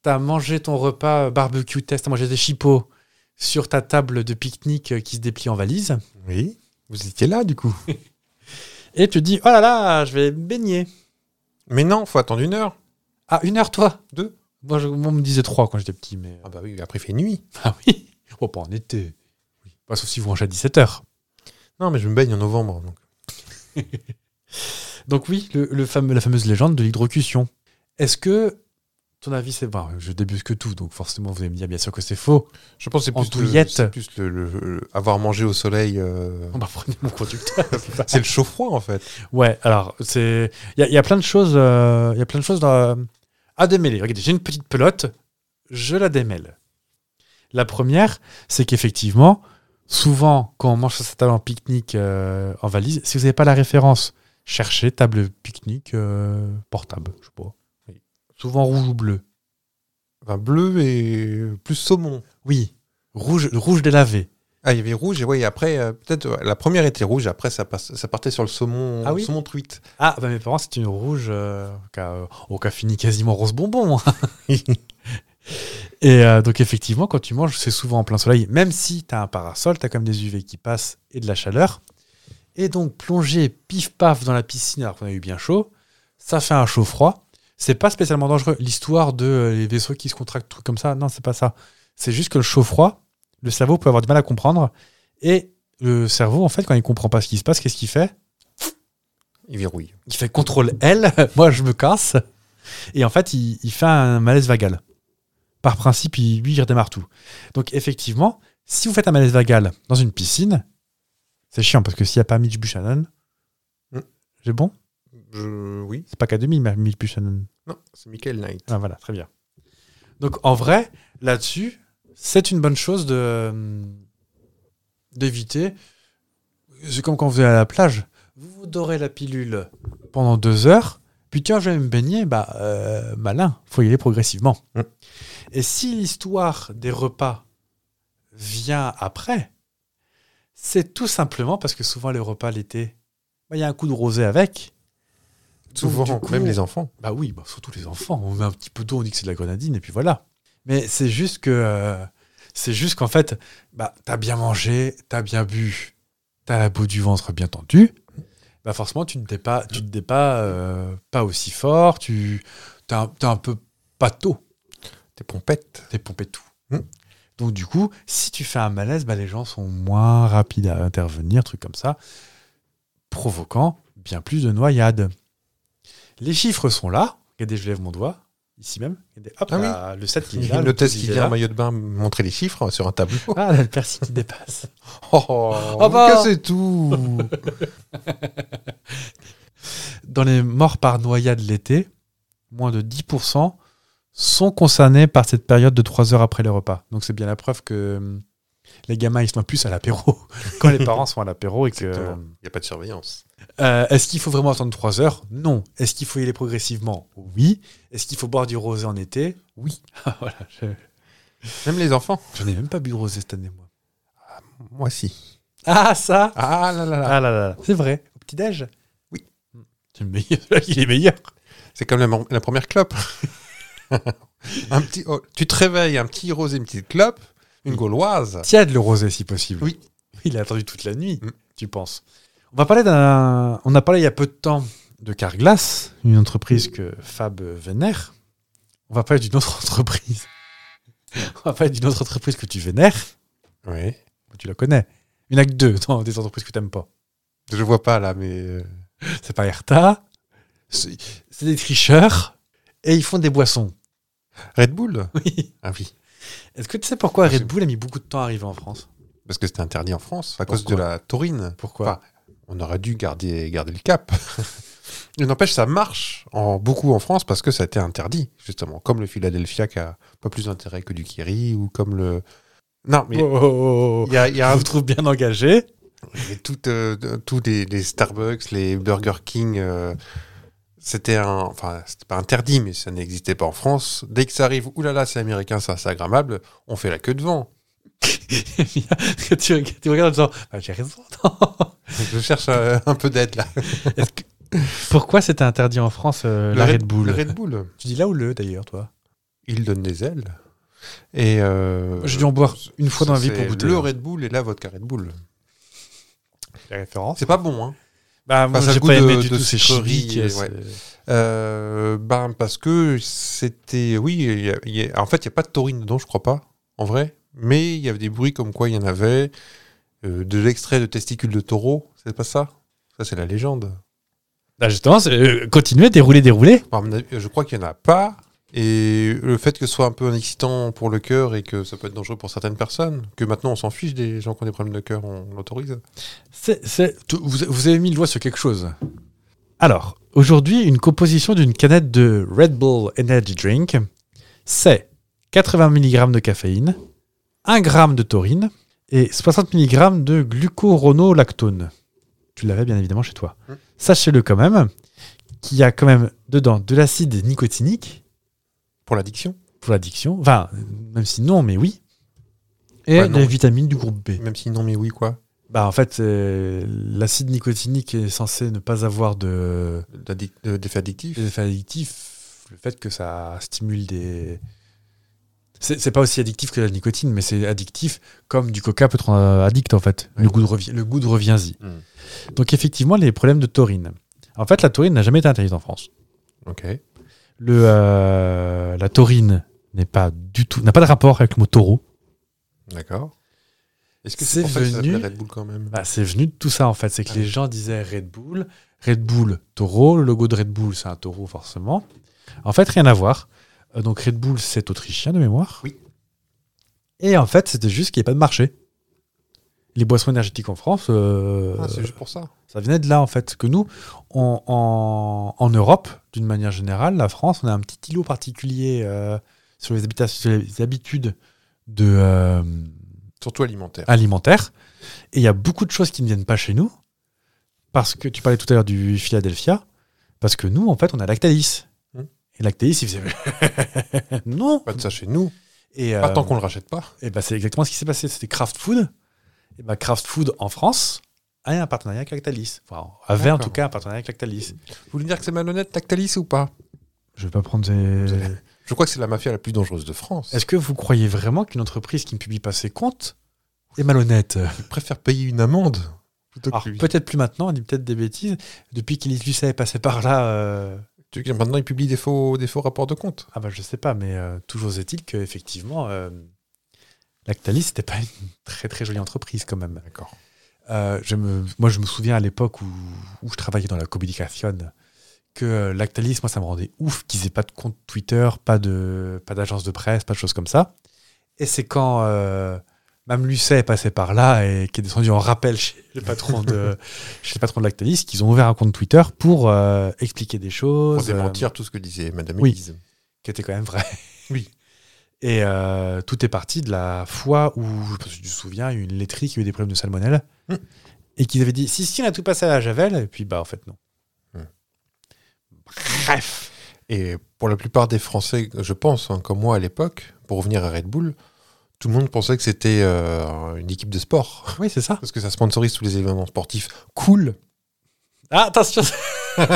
t'as mangé ton repas barbecue test, t'as mangé des chipots sur ta table de pique-nique euh, qui se déplie en valise,
Oui. Vous étiez là, du coup.
et tu dis, oh là là, je vais me baigner.
Mais non, faut attendre une heure.
Ah, une heure toi
Deux.
Moi, je- moi, on me disait trois quand j'étais petit, mais...
Ah bah oui, après, il fait nuit.
Ah oui Oh, pas en été. Bah, sauf si vous mangez à 17h.
Non, mais je me baigne en novembre. Donc.
Donc oui, le, le fameux, la fameuse légende de l'hydrocution. Est-ce que... Ton avis, c'est... Bon, je débute que tout, donc forcément, vous allez me dire bien sûr que c'est faux.
Je pense que c'est
En
plus, le,
douillette.
c'est plus le, le- le- avoir mangé au soleil. euh,
On va prendre mon conducteur.
c'est le chaud-froid, en fait.
Ouais, alors, c'est. Il y a, il y a plein de choses, euh, il y a plein de choses dans- à démêler. Regardez, j'ai une petite pelote, je la démêle. La première, c'est qu'effectivement, souvent, quand on mange sur sa table en pique-nique euh, en valise, si vous n'avez pas la référence, cherchez table pique-nique euh, portable, je sais pas.
Oui.
Souvent rouge ou bleu.
Enfin, bleu et plus saumon.
Oui, rouge, rouge délavé.
Ah, il y avait rouge, et, ouais, et après, euh, peut-être, euh, la première était rouge, après, ça, passe- ça partait sur le saumon,
Ah oui
saumon truite.
Ah, bah mes parents, c'est une rouge euh, qui a, oh, qui a fini quasiment rose bonbon. hein. et euh, donc, effectivement, quand tu manges, c'est souvent en plein soleil. Même si tu as un parasol, tu as quand même des UV qui passent et de la chaleur. Et donc, plonger pif-paf dans la piscine alors qu'on a eu bien chaud, ça fait un chaud-froid. C'est pas spécialement dangereux. L'histoire de euh, les vaisseaux qui se contractent, trucs comme ça, non, c'est pas ça. C'est juste que le chaud-froid, le cerveau peut avoir du mal à comprendre. Et le cerveau, en fait, quand il comprend pas ce qui se passe, qu'est-ce qu'il fait
Il verrouille.
il fait contrôle L, moi je me casse. Et en fait, il, il fait un malaise vagal. Par principe, il, lui, il redémarre tout. Donc effectivement, si vous faites un malaise vagal dans une piscine, C'est chiant parce que s'il n'y a pas Mitch Buchanan,
Mm.
j'ai bon
Je- Oui.
C'est pas qu'à demi, mais Mitch Buchanan.
Non, c'est Michael Knight.
Ah, voilà, très bien. Donc en vrai, là-dessus, c'est une bonne chose de euh, d'éviter. C'est comme quand vous allez à la plage, vous vous dorez la pilule pendant deux heures, puis tiens, je vais me baigner, bah euh, malin, faut y aller progressivement.
Mm.
Et si l'histoire des repas vient après, c'est tout simplement parce que souvent les repas l'été, bah, il y a un coup de rosé avec. Donc,
Souvent,
du coup,
même les enfants.
bah oui, bah surtout les enfants. On met un petit peu d'eau, on dit que c'est de la grenadine, et puis voilà. Mais c'est juste que. euh, c'est juste qu'en fait, bah, t'as bien mangé, t'as bien bu, t'as la peau du ventre bien tendue. Bah forcément, tu ne t'es pas, tu te débats euh, pas aussi fort, tu t'es un, t'es un peu pâteau,
T'es pompette.
t'es pompé tout. Hmm.
Mm.
Donc du coup, si tu fais un malaise, bah, les gens sont moins rapides à intervenir, trucs comme ça, provoquant bien plus de noyades. Les chiffres sont là. Regardez, je lève mon doigt, ici même. Regardez, hop,
Ah oui.
là, le 7 qui
Une
est là. le
hypnotiste
petit
qui
qui est
vient en
là.
maillot de bain montrer les chiffres sur un tableau.
Ah, là, le persil qui dépasse.
Oh, oh
bah.
cassez tout
Dans les morts par noyade l'été, moins de 10% sont concernés par cette période de 3 heures après les repas. Donc c'est bien la preuve que hum, les gamins, ils sont plus à l'apéro quand les parents sont à l'apéro et que... hum,
Exactement. Il n'y a pas de surveillance.
Euh, Est-ce qu'il faut vraiment attendre 3 heures Non. Est-ce qu'il faut y aller progressivement Oui. Est-ce qu'il faut boire du rosé en été Oui. voilà, je-
Même les enfants.
j'en ai même pas bu de rosé cette année, moi.
Moi, si.
Ah, ça
Ah là là là.
Ah là là, là. c'est vrai. Au petit-déj
Oui.
C'est le meilleur, il est meilleur.
C'est comme la, la première clope. un petit, oh, tu te réveilles, un petit rosé, une petite clope, une gauloise.
Tiède le rosé si possible.
Oui.
Il a attendu toute la nuit,
Mm.
tu penses. On va parler d'un. On a parlé il y a peu de temps de Carglass, une entreprise que Fab vénère. On va parler d'une autre entreprise. On va parler d'une autre entreprise que tu vénères.
Oui.
Tu la connais. Il n'y en a que deux dans des entreprises que tu n'aimes pas.
Je vois pas là, mais euh,
C'est pas Erta. C'est c'est des tricheurs. Et ils font des boissons.
Red Bull.
Oui.
Ah oui,
Est-ce que tu sais pourquoi
Je
Red
sais
Bull a mis beaucoup de temps à arriver en France
parce que c'était interdit en France à cause de
Pourquoi
la taurine.
Pourquoi
Enfin, On aurait dû garder garder le cap. Il n'empêche, ça marche en beaucoup en France parce que ça a été interdit justement, comme le Philadelphia qui a pas plus d'intérêt que du Kiri ou comme le. Non, mais
Oh, oh, oh, oh.
il y a, il y a
Je
un
vous trouve bien engagé.
Et tout, euh, de- tous les, les Starbucks, les Burger King, euh, c'était un, enfin, c'était pas interdit, mais ça n'existait pas en France. Dès que ça arrive, oulala, c'est américain, ça, c'est agrammable, on fait la queue devant.
que tu, regardes- tu regardes en disant Ah, j'ai raison.
Je cherche euh, un peu d'aide là.
Est-ce que- Pourquoi c'était interdit en France euh, la Red, Bull
Le Red Bull,
Tu dis là ou le d'ailleurs, toi
il donne des ailes. Et euh,
J'ai dû en boire une fois dans
ça,
ma vie
c'est
pour goûter. hein.
Le Red Bull et la vodka Red Bull.
la référence.
C'est pas bon, hein.
Bah, moi,
Enfin, ça
j'ai
goûte
pas
de-
aimé du
de
tout. C'est
sucrerie
chimique.
et-
c'est-
ouais. Euh, ben parce que c'était oui il y a- il y a- en fait il n'y a pas de taurine dedans je crois pas en vrai mais il y avait des bruits comme quoi il y en avait euh, de l'extrait de testicules de taureau c'est pas ça ça c'est la légende
Bah, justement, c'est- euh, continuez, déroulez, déroulez.
Enfin, à mon avis, je crois qu'il n'y en a pas et le fait que ce soit un peu un excitant pour le cœur et que ça peut être dangereux pour certaines personnes que maintenant on s'en fiche des gens qui ont des problèmes de cœur on l'autorise
C'est- c'est- tout- vous, vous avez mis le doigt sur quelque chose. Alors, aujourd'hui, une composition d'une canette de Red Bull Energy Drink, c'est 80 mg de caféine, 1 g de taurine et 60 mg de glucuronolactone. Tu l'avais bien évidemment chez toi.
Mm.
Sachez-le quand même, qu'il y a quand même dedans de l'acide nicotinique
pour l'addiction
pour l'addiction, enfin, même si non, mais oui, et
Ouais, non,
des
oui.
vitamines du groupe B.
même si non mais oui quoi
Bah en fait, euh, l'acide nicotinique est censé ne pas avoir de
D'addic- de- d'effet addictif
d'effet addictif. Le fait que ça stimule des... C'est c'est pas aussi addictif que la nicotine, mais c'est addictif comme du coca peut être euh, addict en fait. Le
Oui.
goût de, revi- le goût de reviens-y.
Mm.
Donc effectivement, les problèmes de taurine. En fait, la taurine n'a jamais été interdite en France.
ok
Le, euh, la taurine n'est pas du tout n'a pas de rapport avec le mot taureau.
D'accord. Est-ce que
C'est
c'est pour ça que ça
venu-
s'appelle Red Bull quand même
Bah, c'est venu de tout ça en fait, c'est que
Ah
les
oui.
gens disaient Red Bull, Red Bull taureau, le logo de Red Bull c'est un taureau forcément. En fait rien à voir. Euh, Donc Red Bull c'est autrichien de mémoire.
Oui.
Et en fait c'était juste qu'il n'y avait pas de marché. les boissons énergétiques en France, euh,
Ah, c'est juste pour ça.
ça venait de là, en fait. Que nous, on- en, en Europe, d'une manière générale, la France, on a un petit îlot particulier euh, sur, les habita- sur les habitudes de, euh,
Surtout alimentaire.
alimentaires. Et il y a beaucoup de choses qui ne viennent pas chez nous. Parce que tu parlais tout à l'heure du Philadelphia. Parce que nous, en fait, on a Lactalis.
Hmm.
Et Lactalis, il faisait. non
Pas de ça chez nous.
Et,
Pas
euh,
tant qu'on le rachète pas.
et ben, c'est exactement ce qui s'est passé. C'était Kraft Food. Et ben, Kraft Food en France a un partenariat avec Lactalis. Enfin, avait en
D'accord.
tout cas un partenariat avec Lactalis.
Vous voulez dire que c'est malhonnête, Tactalis ou pas
Je vais pas prendre des...
Je crois que c'est la mafia la plus dangereuse de France.
Est-ce que vous croyez vraiment qu'une entreprise qui ne publie pas ses comptes est malhonnête
qu'ils préfèrent payer une amende plutôt
Alors
que lui
peut-être plus maintenant, on dit peut-être des bêtises. Depuis qu'Élise est passé par là, euh,
Tu- Maintenant, ils publient des faux, des faux rapports de compte.
ah bah je sais pas, mais euh, toujours est-il qu'effectivement, euh, Lactalis, c'était pas une très très jolie entreprise quand même.
D'accord.
Euh, je me- moi, je me souviens à l'époque où, où je travaillais dans la communication que euh, Lactalis, moi, ça me rendait ouf qu'ils aient pas de compte Twitter, pas de pas d'agence de presse, pas de choses comme ça. Et c'est quand euh, Mme Lucet est passée par là et qui est descendue en rappel chez le patron de chez le patron de Lactalis qu'ils ont ouvert un compte Twitter pour euh, expliquer des
Pour
choses, euh,
démentir tout ce que disait Madame
oui.
Élise.
qui étaient quand même vraies.
Oui.
Et euh, tout est parti de la fois où, je sais pas si tu te souviens, il y a eu une laiterie qui a eu des problèmes de salmonelle.
Hmm.
Et qu'ils avaient dit, si, si, on a tout passé à la Javel. Et puis, bah, en fait, non.
Bref. Et pour la plupart des Français, je pense, hein, comme moi à l'époque, pour revenir à Red Bull, tout le monde pensait que c'était euh, une équipe de sport.
Oui, c'est ça.
Parce que ça sponsorise tous les événements sportifs cool.
Ah, attention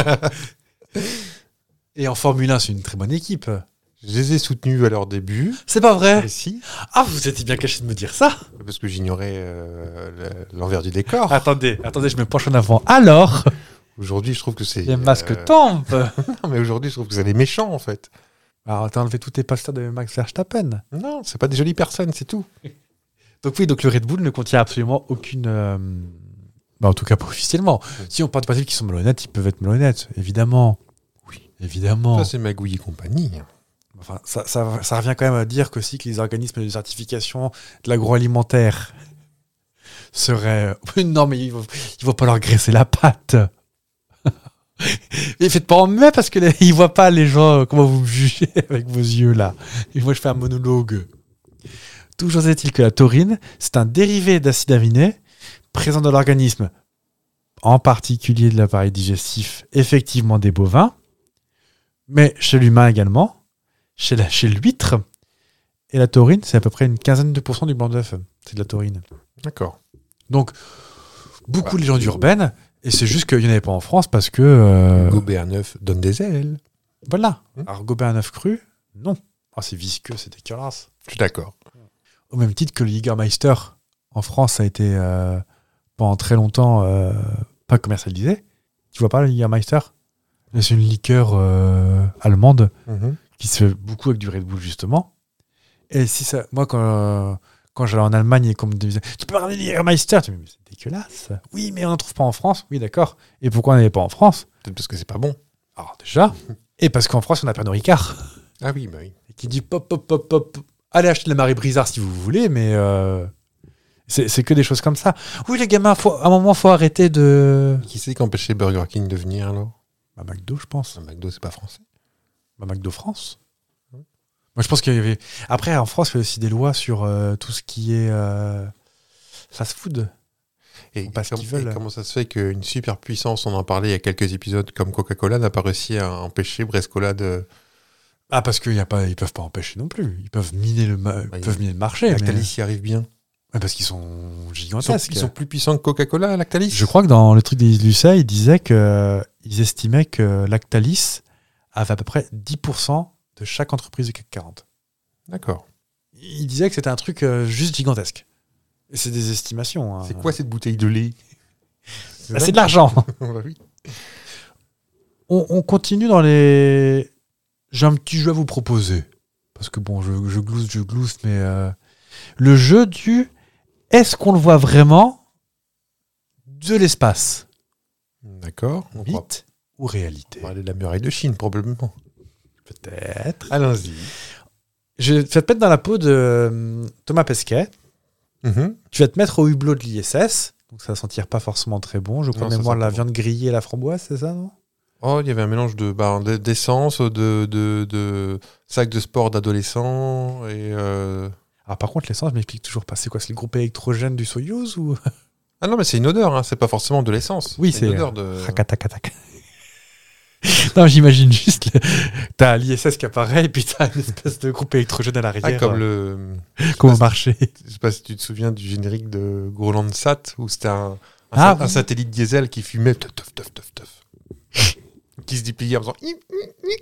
Et en Formule 1, c'est une très bonne équipe.
Je les ai soutenus à leur début.
C'est pas vrai
Et si,
Ah, vous étiez bien caché de me dire ça
parce que j'ignorais euh, le- l'envers du décor.
Attendez, attendez, je me penche en avant. Alors,
Aujourd'hui, je trouve que c'est.
les masques
euh,
tombent
non, mais aujourd'hui, je trouve que c'est les méchants, en fait.
Alors, t'as enlevé tous tes posters de Max Verstappen.
Non, c'est pas des jolies personnes, c'est tout.
Donc oui, donc le Red Bull ne contient absolument aucune... euh, bah, en tout cas, pas officiellement.
Oui.
Si on parle de principe qu'ils sont malhonnêtes, ils peuvent être malhonnêtes, évidemment. Oui. Évidemment.
Ça, c'est Magouille et compagnie.
Enfin, ça, ça- ça revient quand même à dire que si que les organismes de certification de l'agroalimentaire seraient... Oui, Non, mais il ne vont pas leur graisser la patte. Mais faites pas en mai parce qu'ils ne voient pas les gens, euh, comment vous me jugez avec vos yeux là. Et moi, je fais un monologue. Toujours est-il que la taurine, c'est un dérivé d'acide aminé présent dans l'organisme, en particulier de l'appareil digestif, effectivement des bovins, mais chez l'humain également chez la- chez l'huître. Et la taurine, c'est à peu près une quinzaine de pourcents du blanc d'œuf. C'est de la taurine.
D'accord.
Donc, beaucoup de légendes urbaines. Et c'est juste qu'il n'y en avait pas en France parce que. euh,
Gobet à neuf donne des ailes.
voilà.
Hmm.
Alors, gober un œuf cru, non. Ah, c'est visqueux, c'est dégueulasse.
Je suis d'accord.
Au même titre que le Jägermeister en France ça a été euh, pendant très longtemps euh, pas commercialisé. Tu vois pas le Jägermeister C'est une liqueur euh, allemande qui se fait beaucoup avec du Red Bull justement. Et si ça, moi quand, euh, quand j'allais en Allemagne et qu'on me disait tu peux ramener des Meister, tu me dis mais c'est dégueulasse. Oui mais on n'en trouve pas en France. Oui d'accord. Et pourquoi on n'avait pas en France
Peut-être parce que c'est pas bon.
Alors déjà et parce qu'en France on a Pernod Ricard
Ah oui, bah oui.
qui dit pop pop pop pop. Allez acheter de la Marie Brizard si vous voulez mais euh, c'est c'est que des choses comme ça. Oui les gamins faut, à un moment faut arrêter de
Qui c'est qui empêchait Burger King de venir alors
bah, McDo je pense.
Un McDo, c'est pas français.
Bah, McDo France. Moi, je pense qu'il y avait. Après, en France, il y a aussi des lois sur euh, tout ce qui est euh, fast-food.
Et,
Parce
com-
qu'ils veulent.
et comment ça se fait qu'une superpuissance, on en parlait il y a quelques épisodes, comme Coca-Cola, n'a pas réussi à empêcher Brescola de.
Ah, parce qu'ils ne peuvent pas empêcher non plus. Ils peuvent miner le, ma- ils
Bah,
peuvent
ils-
miner le marché. mais-
Lactalis y arrive bien.
Ouais, Parce qu'ils sont
Ils sont,
gigantesques.
ils sont plus puissants que Coca-Cola, Lactalis
Je crois que dans le truc des Lucet, ils disaient qu'ils estimaient que Lactalis avait à peu près 10% de chaque entreprise du CAC 40.
D'accord.
Ils disaient que c'était un truc euh, juste gigantesque. Et c'est des estimations. hein.
C'est quoi cette bouteille de lait Ah,
Bah, C'est de l'argent
Bah oui.
on, on continue dans les. J'ai un petit jeu à vous proposer. Parce que bon, je, je glousse, je glousse, mais. euh, le jeu du. Est-ce qu'on le voit vraiment de l'espace
D'accord. On va
Mythe ou réalité
parler de la muraille de Chine, probablement.
Peut-être.
Allons-y.
Je vais peut-être dans la peau de euh, Thomas Pesquet,
Mhm.
Tu vas te mettre au hublot de l'ISS, donc ça va sentir pas forcément très bon. Je crois
Non, ça
même voir
sent
la
pas bon.
viande grillée et la framboise, c'est ça, non
Oh, il y avait un mélange de bah, d'e- d'essence, de, de, de sacs de sport d'adolescents et. euh,
Alors Ah, par contre, l'essence, je m'explique toujours pas. C'est quoi C'est le groupe électrogène du Soyuz ou
Ah non, mais c'est une odeur, hein, c'est pas forcément de l'essence.
Oui,
une
c'est,
odeur de.
Racatacatac. Non, j'imagine juste. le- T'as l'ISS qui apparaît et puis t'as une espèce de groupe électrogène à l'arrière.
Ah, comme
euh,
le.
comme au marché.
Je sais pas si tu te souviens du générique de Groland Sat, où c'était un, un
Ah,
sat- un
oui.
satellite diesel qui fumait. Teuf, teuf, teuf, teuf, teuf. qui se dépliait en faisant. Hip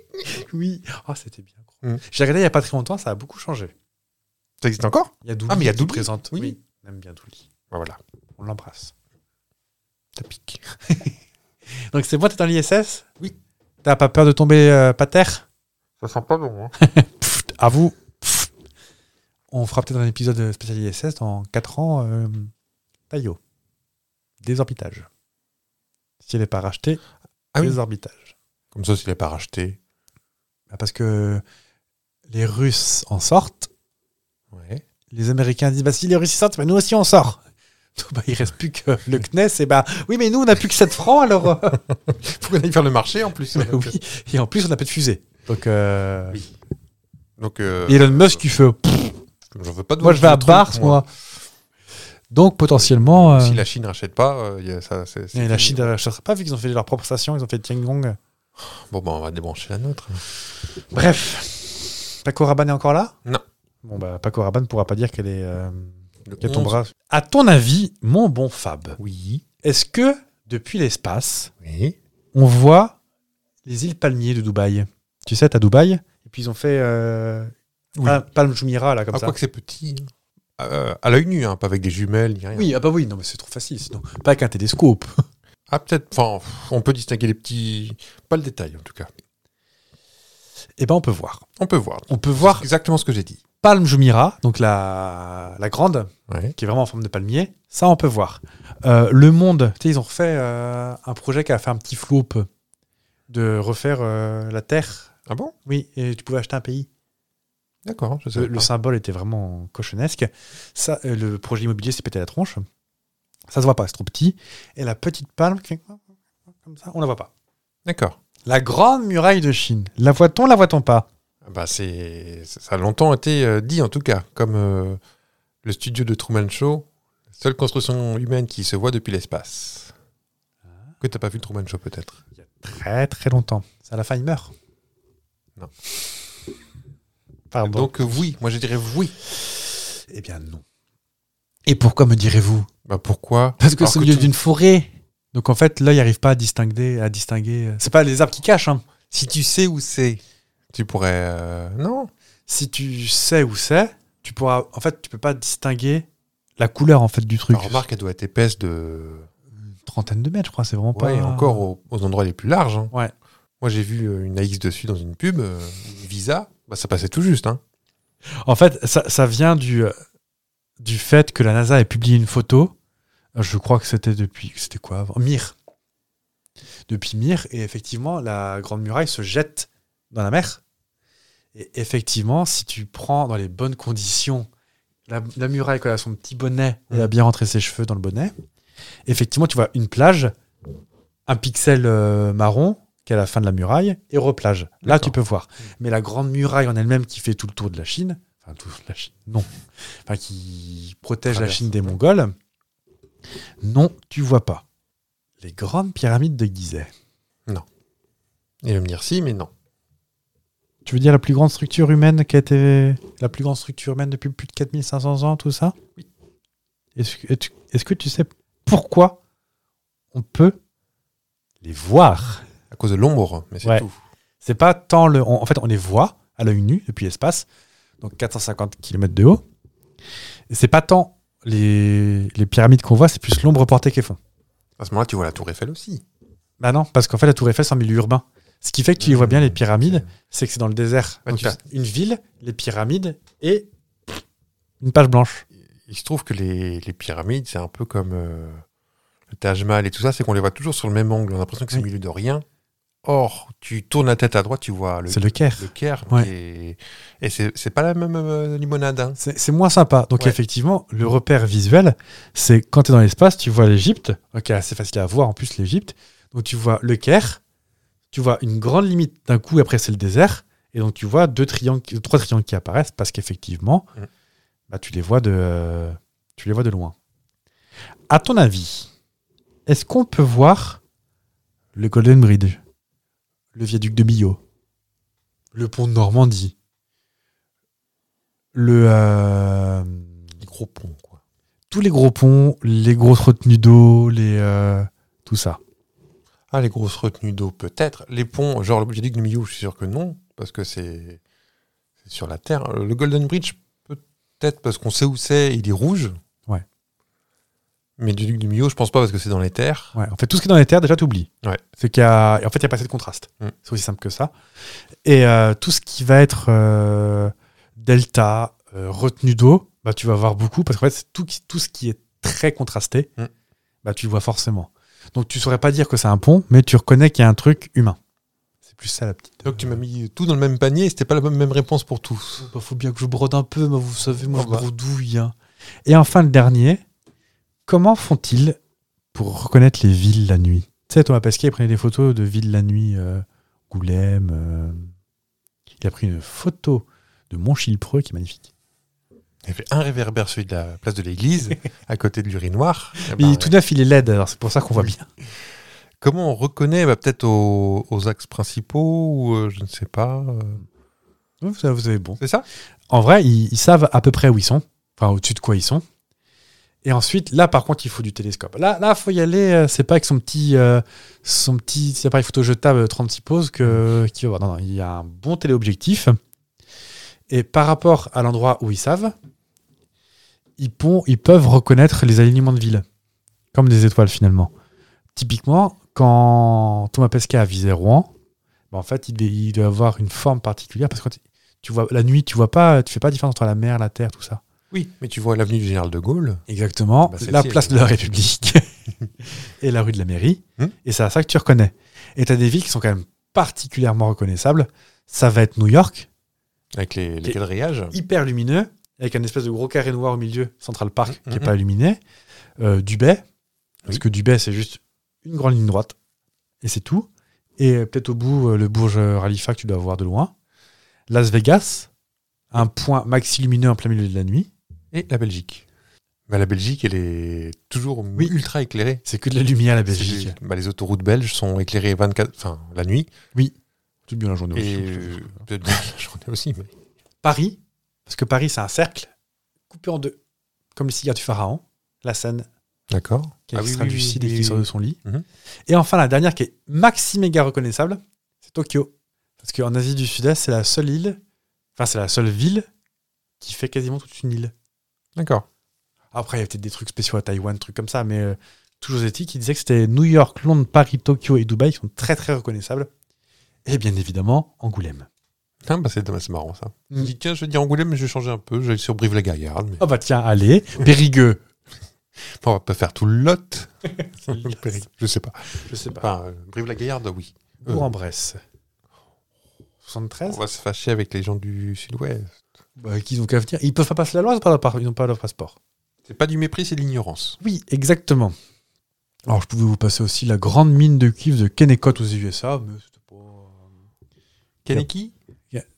Oui. Ah, c'était bien. gros.
Mm.
J'ai regardé il y a pas très longtemps, ça a beaucoup changé.
Ça existe encore
Il y a Douli
Ah, mais il y a
qui
Douli,
présente.
oui.
on aime bien Douli.
Ah, Voilà.
On l'embrasse. Ça pique. Donc c'est bon, t'es dans l'ISS
Oui.
T'as pas peur de tomber euh, pas terre
Ça sent pas bon. Hein.
Pfft, à vous. Pfft. On fera peut-être un épisode spécial ISS dans 4 ans. Euh, Taillot. Désorbitage. Si elle n'est pas rachetée,
Ah oui.
désorbitage.
Comme ça, s'il n'est pas racheté.
Bah, Parce que les Russes en sortent.
Ouais.
Les Américains disent bah, si les Russes y sortent, bah, nous aussi on sort. Donc, bah, il reste plus que le CNES. Et bah oui, mais nous on n'a plus que 7 francs alors. euh,
Faut qu'on aille faire le marché en plus.
bah,
Donc,
oui. Et en plus, on n'a pas de fusée. Donc, euh,
Oui. Donc, euh,
Elon Musk, il fait pff,
j'en veux pas de
moi je vais à
truc,
Barthes, moi. Donc potentiellement. euh,
Si la Chine rachète pas, euh, y a- ça, c'est, c'est
Et la
fini.
Chine ne l'achètera pas vu qu'ils ont fait leur propre station, ils ont fait Tiangong.
Bon, bah, on va débrancher la nôtre.
Bref, Paco Rabanne est encore là
Non.
Bon, bah, Paco Rabanne ne pourra pas dire qu'elle est. euh,
Le
qu'elle
11.
tombera. À ton avis, mon bon Fab,
Oui.
est-ce que depuis l'espace,
Oui.
on voit les îles palmiers de Dubaï Tu sais, t'as Dubaï, et puis ils ont fait euh,
Oui.
Pal- Palm Jumeirah, là, comme
Ah,
ça.
quoi que c'est petit. hein. Euh, à l'œil nu, hein, pas avec des jumelles ni rien.
Oui, ah bah oui, non, mais c'est trop facile, sinon. Pas avec un télescope.
Ah, peut-être. Enfin, on peut distinguer les petits. Pas le détail, en tout cas.
Eh ben, on peut voir.
On peut voir.
On peut voir
Exactement ce que j'ai dit.
Palm Jumeirah, donc la, la grande,
Ouais.
qui est vraiment en forme de palmier. Ça, on peut voir. Euh, le Monde, tu sais, ils ont refait euh, un projet qui a fait un petit flou de refaire euh, la Terre.
Ah bon
Oui, et tu pouvais acheter un pays.
D'accord. Je
Le,
savais
le
pas.
symbole était vraiment cochonnesque. Ça, euh, le projet immobilier s'est pété la tronche. Ça se voit pas, c'est trop petit. Et la petite palme, qui- comme ça, on la voit pas.
D'accord.
La grande muraille de Chine, la voit-on, la voit-on pas
Ah Bah, c'est... Ça a longtemps été euh, dit, en tout cas. Comme euh, le studio de Truman Show, seule construction humaine qui se voit depuis l'espace.
Ah.
Que t'as pas vu Truman Show, peut-être
Très très longtemps. Ça, la fin, il meurt.
Non.
Pardon.
Donc, euh, oui. Moi, je dirais oui.
Eh bien non. Et pourquoi me direz-vous
Bah, pourquoi
Parce que
Alors
c'est au milieu
tout-
d'une forêt. Donc en fait, l'œil n'arrive pas à distinguer. À distinguer. euh, C'est pas les arbres qui cachent. hein.
Si tu sais où c'est, tu pourrais. euh, Non.
Si tu sais où c'est, tu pourras. En fait, tu peux pas distinguer la couleur en fait du truc.
Alors, remarque, elle doit être épaisse de.
Une trentaine de mètres, je crois. C'est vraiment
Ouais,
pas.
encore aux, aux endroits les plus larges. hein.
Ouais.
Moi, j'ai vu euh, une AX dessus dans une pub, euh, une Visa, bah, ça passait tout juste. Hein.
En fait, ça, ça vient du euh, du fait que la NASA ait publié une photo. Euh, Je crois que c'était depuis. C'était quoi avant Mir. Depuis Mir, et effectivement, la Grande Muraille se jette dans la mer. Et effectivement, si tu prends dans les bonnes conditions la, la muraille quand elle a son petit bonnet, elle a bien rentré ses cheveux dans le bonnet, effectivement, tu vois une plage, un pixel euh, marron qui est à la fin de la muraille, et replage. Là,
D'accord.
tu peux voir. Mais la grande muraille en elle-même qui fait tout le tour de la Chine, enfin, tout la Chine, non, enfin, qui protège la
Traverse.
Chine des Mongols, non, tu vois pas. Les grandes pyramides de Gizeh.
Il va me dire si, mais non.
Tu veux dire la plus grande structure humaine qui a été. La plus grande structure humaine depuis plus de 4500 ans, tout ça Oui. Est-ce que, est-ce- est-ce que tu sais pourquoi on peut les voir
À cause de l'ombre, mais c'est
Ouais.
tout.
C'est pas tant le. on- en fait, on les voit à l'œil nu depuis l'espace, donc 450 km de haut. Et C'est pas tant les, les pyramides qu'on voit, c'est plus l'ombre portée qu'elles font.
À ce moment-là, tu vois la Tour Eiffel aussi.
Bah non, parce qu'en fait, la Tour Eiffel, c'est un milieu urbain. Ce qui fait que tu y vois bien les pyramides,
Ok.
c'est que c'est dans le désert.
Ah,
Donc,
tu sais.
une ville, les pyramides et une page blanche.
Il se trouve que les, les pyramides, c'est un peu comme euh, le Taj Mahal et tout ça, c'est qu'on les voit toujours sur le même angle. On a l'impression que c'est au
Oui.
milieu de rien. Or, tu tournes la tête à droite, tu vois le,
C'est le Caire.
le Caire.
Ouais.
qui est- Et c'est c'est pas la même euh, limonade. hein.
C'est c'est moins sympa. Donc,
Ouais.
effectivement, le repère visuel, c'est quand tu es dans l'espace, tu vois l'Égypte, qui est assez facile à voir en plus l'Égypte. Donc, tu vois le Caire, tu vois une grande limite d'un coup, et après, c'est le désert. Et donc, tu vois deux triangles, trois triangles qui apparaissent parce qu'effectivement,
Mhm.
bah, tu, les vois de, euh, tu les vois de loin. À ton avis, est-ce qu'on peut voir le Golden Bridge, le viaduc de Millau, le pont de Normandie, le euh,
Les gros ponts, quoi.
tous les gros ponts, les grosses retenues d'eau, les euh, tout ça.
Ah, les grosses retenues d'eau, peut-être. Les ponts, genre le viaduc de Millau, je suis sûr que non, parce que c'est c'est sur la terre. Euh, Le Golden Bridge, peut-être parce qu'on sait où c'est, il est rouge.
Ouais.
Mais le viaduc de Millau, je pense pas parce que c'est dans les terres.
Ouais, en fait, tout ce qui est dans les terres, déjà, t'oublies.
Ouais.
C'est qu'il y a, en fait, il n'y a pas assez de contraste.
Mm.
C'est aussi simple que ça. Et euh, tout ce qui va être euh, delta, euh, retenue d'eau, bah, tu vas voir beaucoup parce qu'en fait, c'est tout, qui- tout ce qui est très contrasté,
Mm.
bah, tu le vois forcément. Donc, tu saurais pas dire que c'est un pont, mais tu reconnais qu'il y a un truc humain. C'est plus ça la petite.
Donc tu m'as mis tout dans le même panier et c'était pas la même- même réponse pour tous.
Il faut bien que je brode un peu, mais vous savez, moi,
Oh bah.
je brodouille. hein. Et enfin, le dernier, comment font-ils pour reconnaître les villes la nuit Tu sais, Thomas Pesquet, il prenait des photos de villes la nuit, euh, Goulême. euh, Il a pris une photo de Montchilpreux qui est magnifique.
Il y avait un réverbère, celui de la place de l'église, à côté de l'urinoir. Eh
Mais
ben,
il- tout neuf, il est laid, alors c'est pour ça qu'on voit bien.
Comment on reconnaît bah, Peut-être aux, aux axes principaux, ou euh, je ne sais pas. euh,
Vous avez, vous avez bon.
C'est ça
En vrai, ils, ils savent à peu près où ils sont, enfin au-dessus de quoi ils sont. Et ensuite, là, par contre, il faut du télescope. Là, là, faut y aller. euh, C'est pas avec son petit, euh, son petit appareil photo jetable 36 poses que qu'il va voir. Non, non, il y a un bon téléobjectif. Et par rapport à l'endroit où ils savent, ils, pon- ils peuvent reconnaître les alignements de ville, comme des étoiles finalement. Typiquement, quand Thomas Pesquet a visé Rouen, bah, en fait, il, devait- il doit avoir une forme particulière parce que quand tu vois la nuit, tu vois pas, tu fais pas la différence entre la mer, la terre, tout ça.
Oui, mais tu vois l'avenue du Général de Gaulle.
Exactement.
Bah, celle-ci,
la
elle
place
est-
de la République et la rue de la mairie.
Hmm.
Et c'est à ça que tu reconnais. Et tu as des villes qui sont quand même particulièrement reconnaissables. Ça va être New York,
Avec les, les
Et-
quadrillages.
hyper lumineux, avec un espèce de gros carré noir au milieu, Central Park,
Hmm,
qui est
hmm,
pas illuminé. Euh, Dubay, parce
Oui.
que Dubay, c'est juste une grande ligne droite. Et c'est tout. Et euh, peut-être au bout, euh, le Burj Khalifa que tu dois voir de loin. Las Vegas, un point maxi lumineux en plein milieu de la nuit.
Et la Belgique. Bah, la Belgique, elle est toujours ultra éclairée.
C'est que de la lumière, la
C'est-
Belgique.
bah, les autoroutes belges sont éclairées 24, enfin la nuit.
Tout bien la journée
et euh, peut-être la journée aussi. mais-
Paris, parce que Paris, c'est un cercle coupé en deux, comme le cigare du pharaon, la Seine
D'accord.
qui est
Ah oui,
extrait
oui,
du
oui,
Cid
oui,
et qui
oui.
sort de son lit.
Mhm.
Et enfin, la dernière qui est maxi méga reconnaissable, c'est Tokyo. Parce qu'en Asie du Sud-Est, c'est la seule île, enfin, c'est la seule ville qui fait quasiment toute une île.
D'accord.
Après, il y a peut-être des trucs spéciaux à Taïwan, trucs comme ça, mais euh, toujours éthique. Il disait que c'était New York, Londres, Paris, Tokyo et Dubaï qui sont très très reconnaissables. Et bien évidemment, Angoulême.
Ah, bah, c'est c'est marrant ça.
Mm.
Je dis, tiens, je vais dire Angoulême, mais je vais changer un peu. Je vais aller sur Brive-la-Gaillarde. mais-
Oh bah tiens, allez, Périgueux,
Enfin, on va pas faire tout le lot. je sais pas.
Je sais pas.
Enfin, euh, Brive-la-Gaillarde, oui. Euh,
Bourg-en-Bresse.
on
73
va se fâcher avec les gens du sud-ouest.
bah, Qu'ils ont qu'à venir. Ils peuvent pas passer la loi, c'est pas leur par- ils n'ont pas leur passeport.
C'est pas du mépris, c'est de l'ignorance.
Oui, exactement. Alors, je pouvais vous passer aussi la grande mine de cuivre de Kennecott aux USA, mais c'était pas.
Kaneki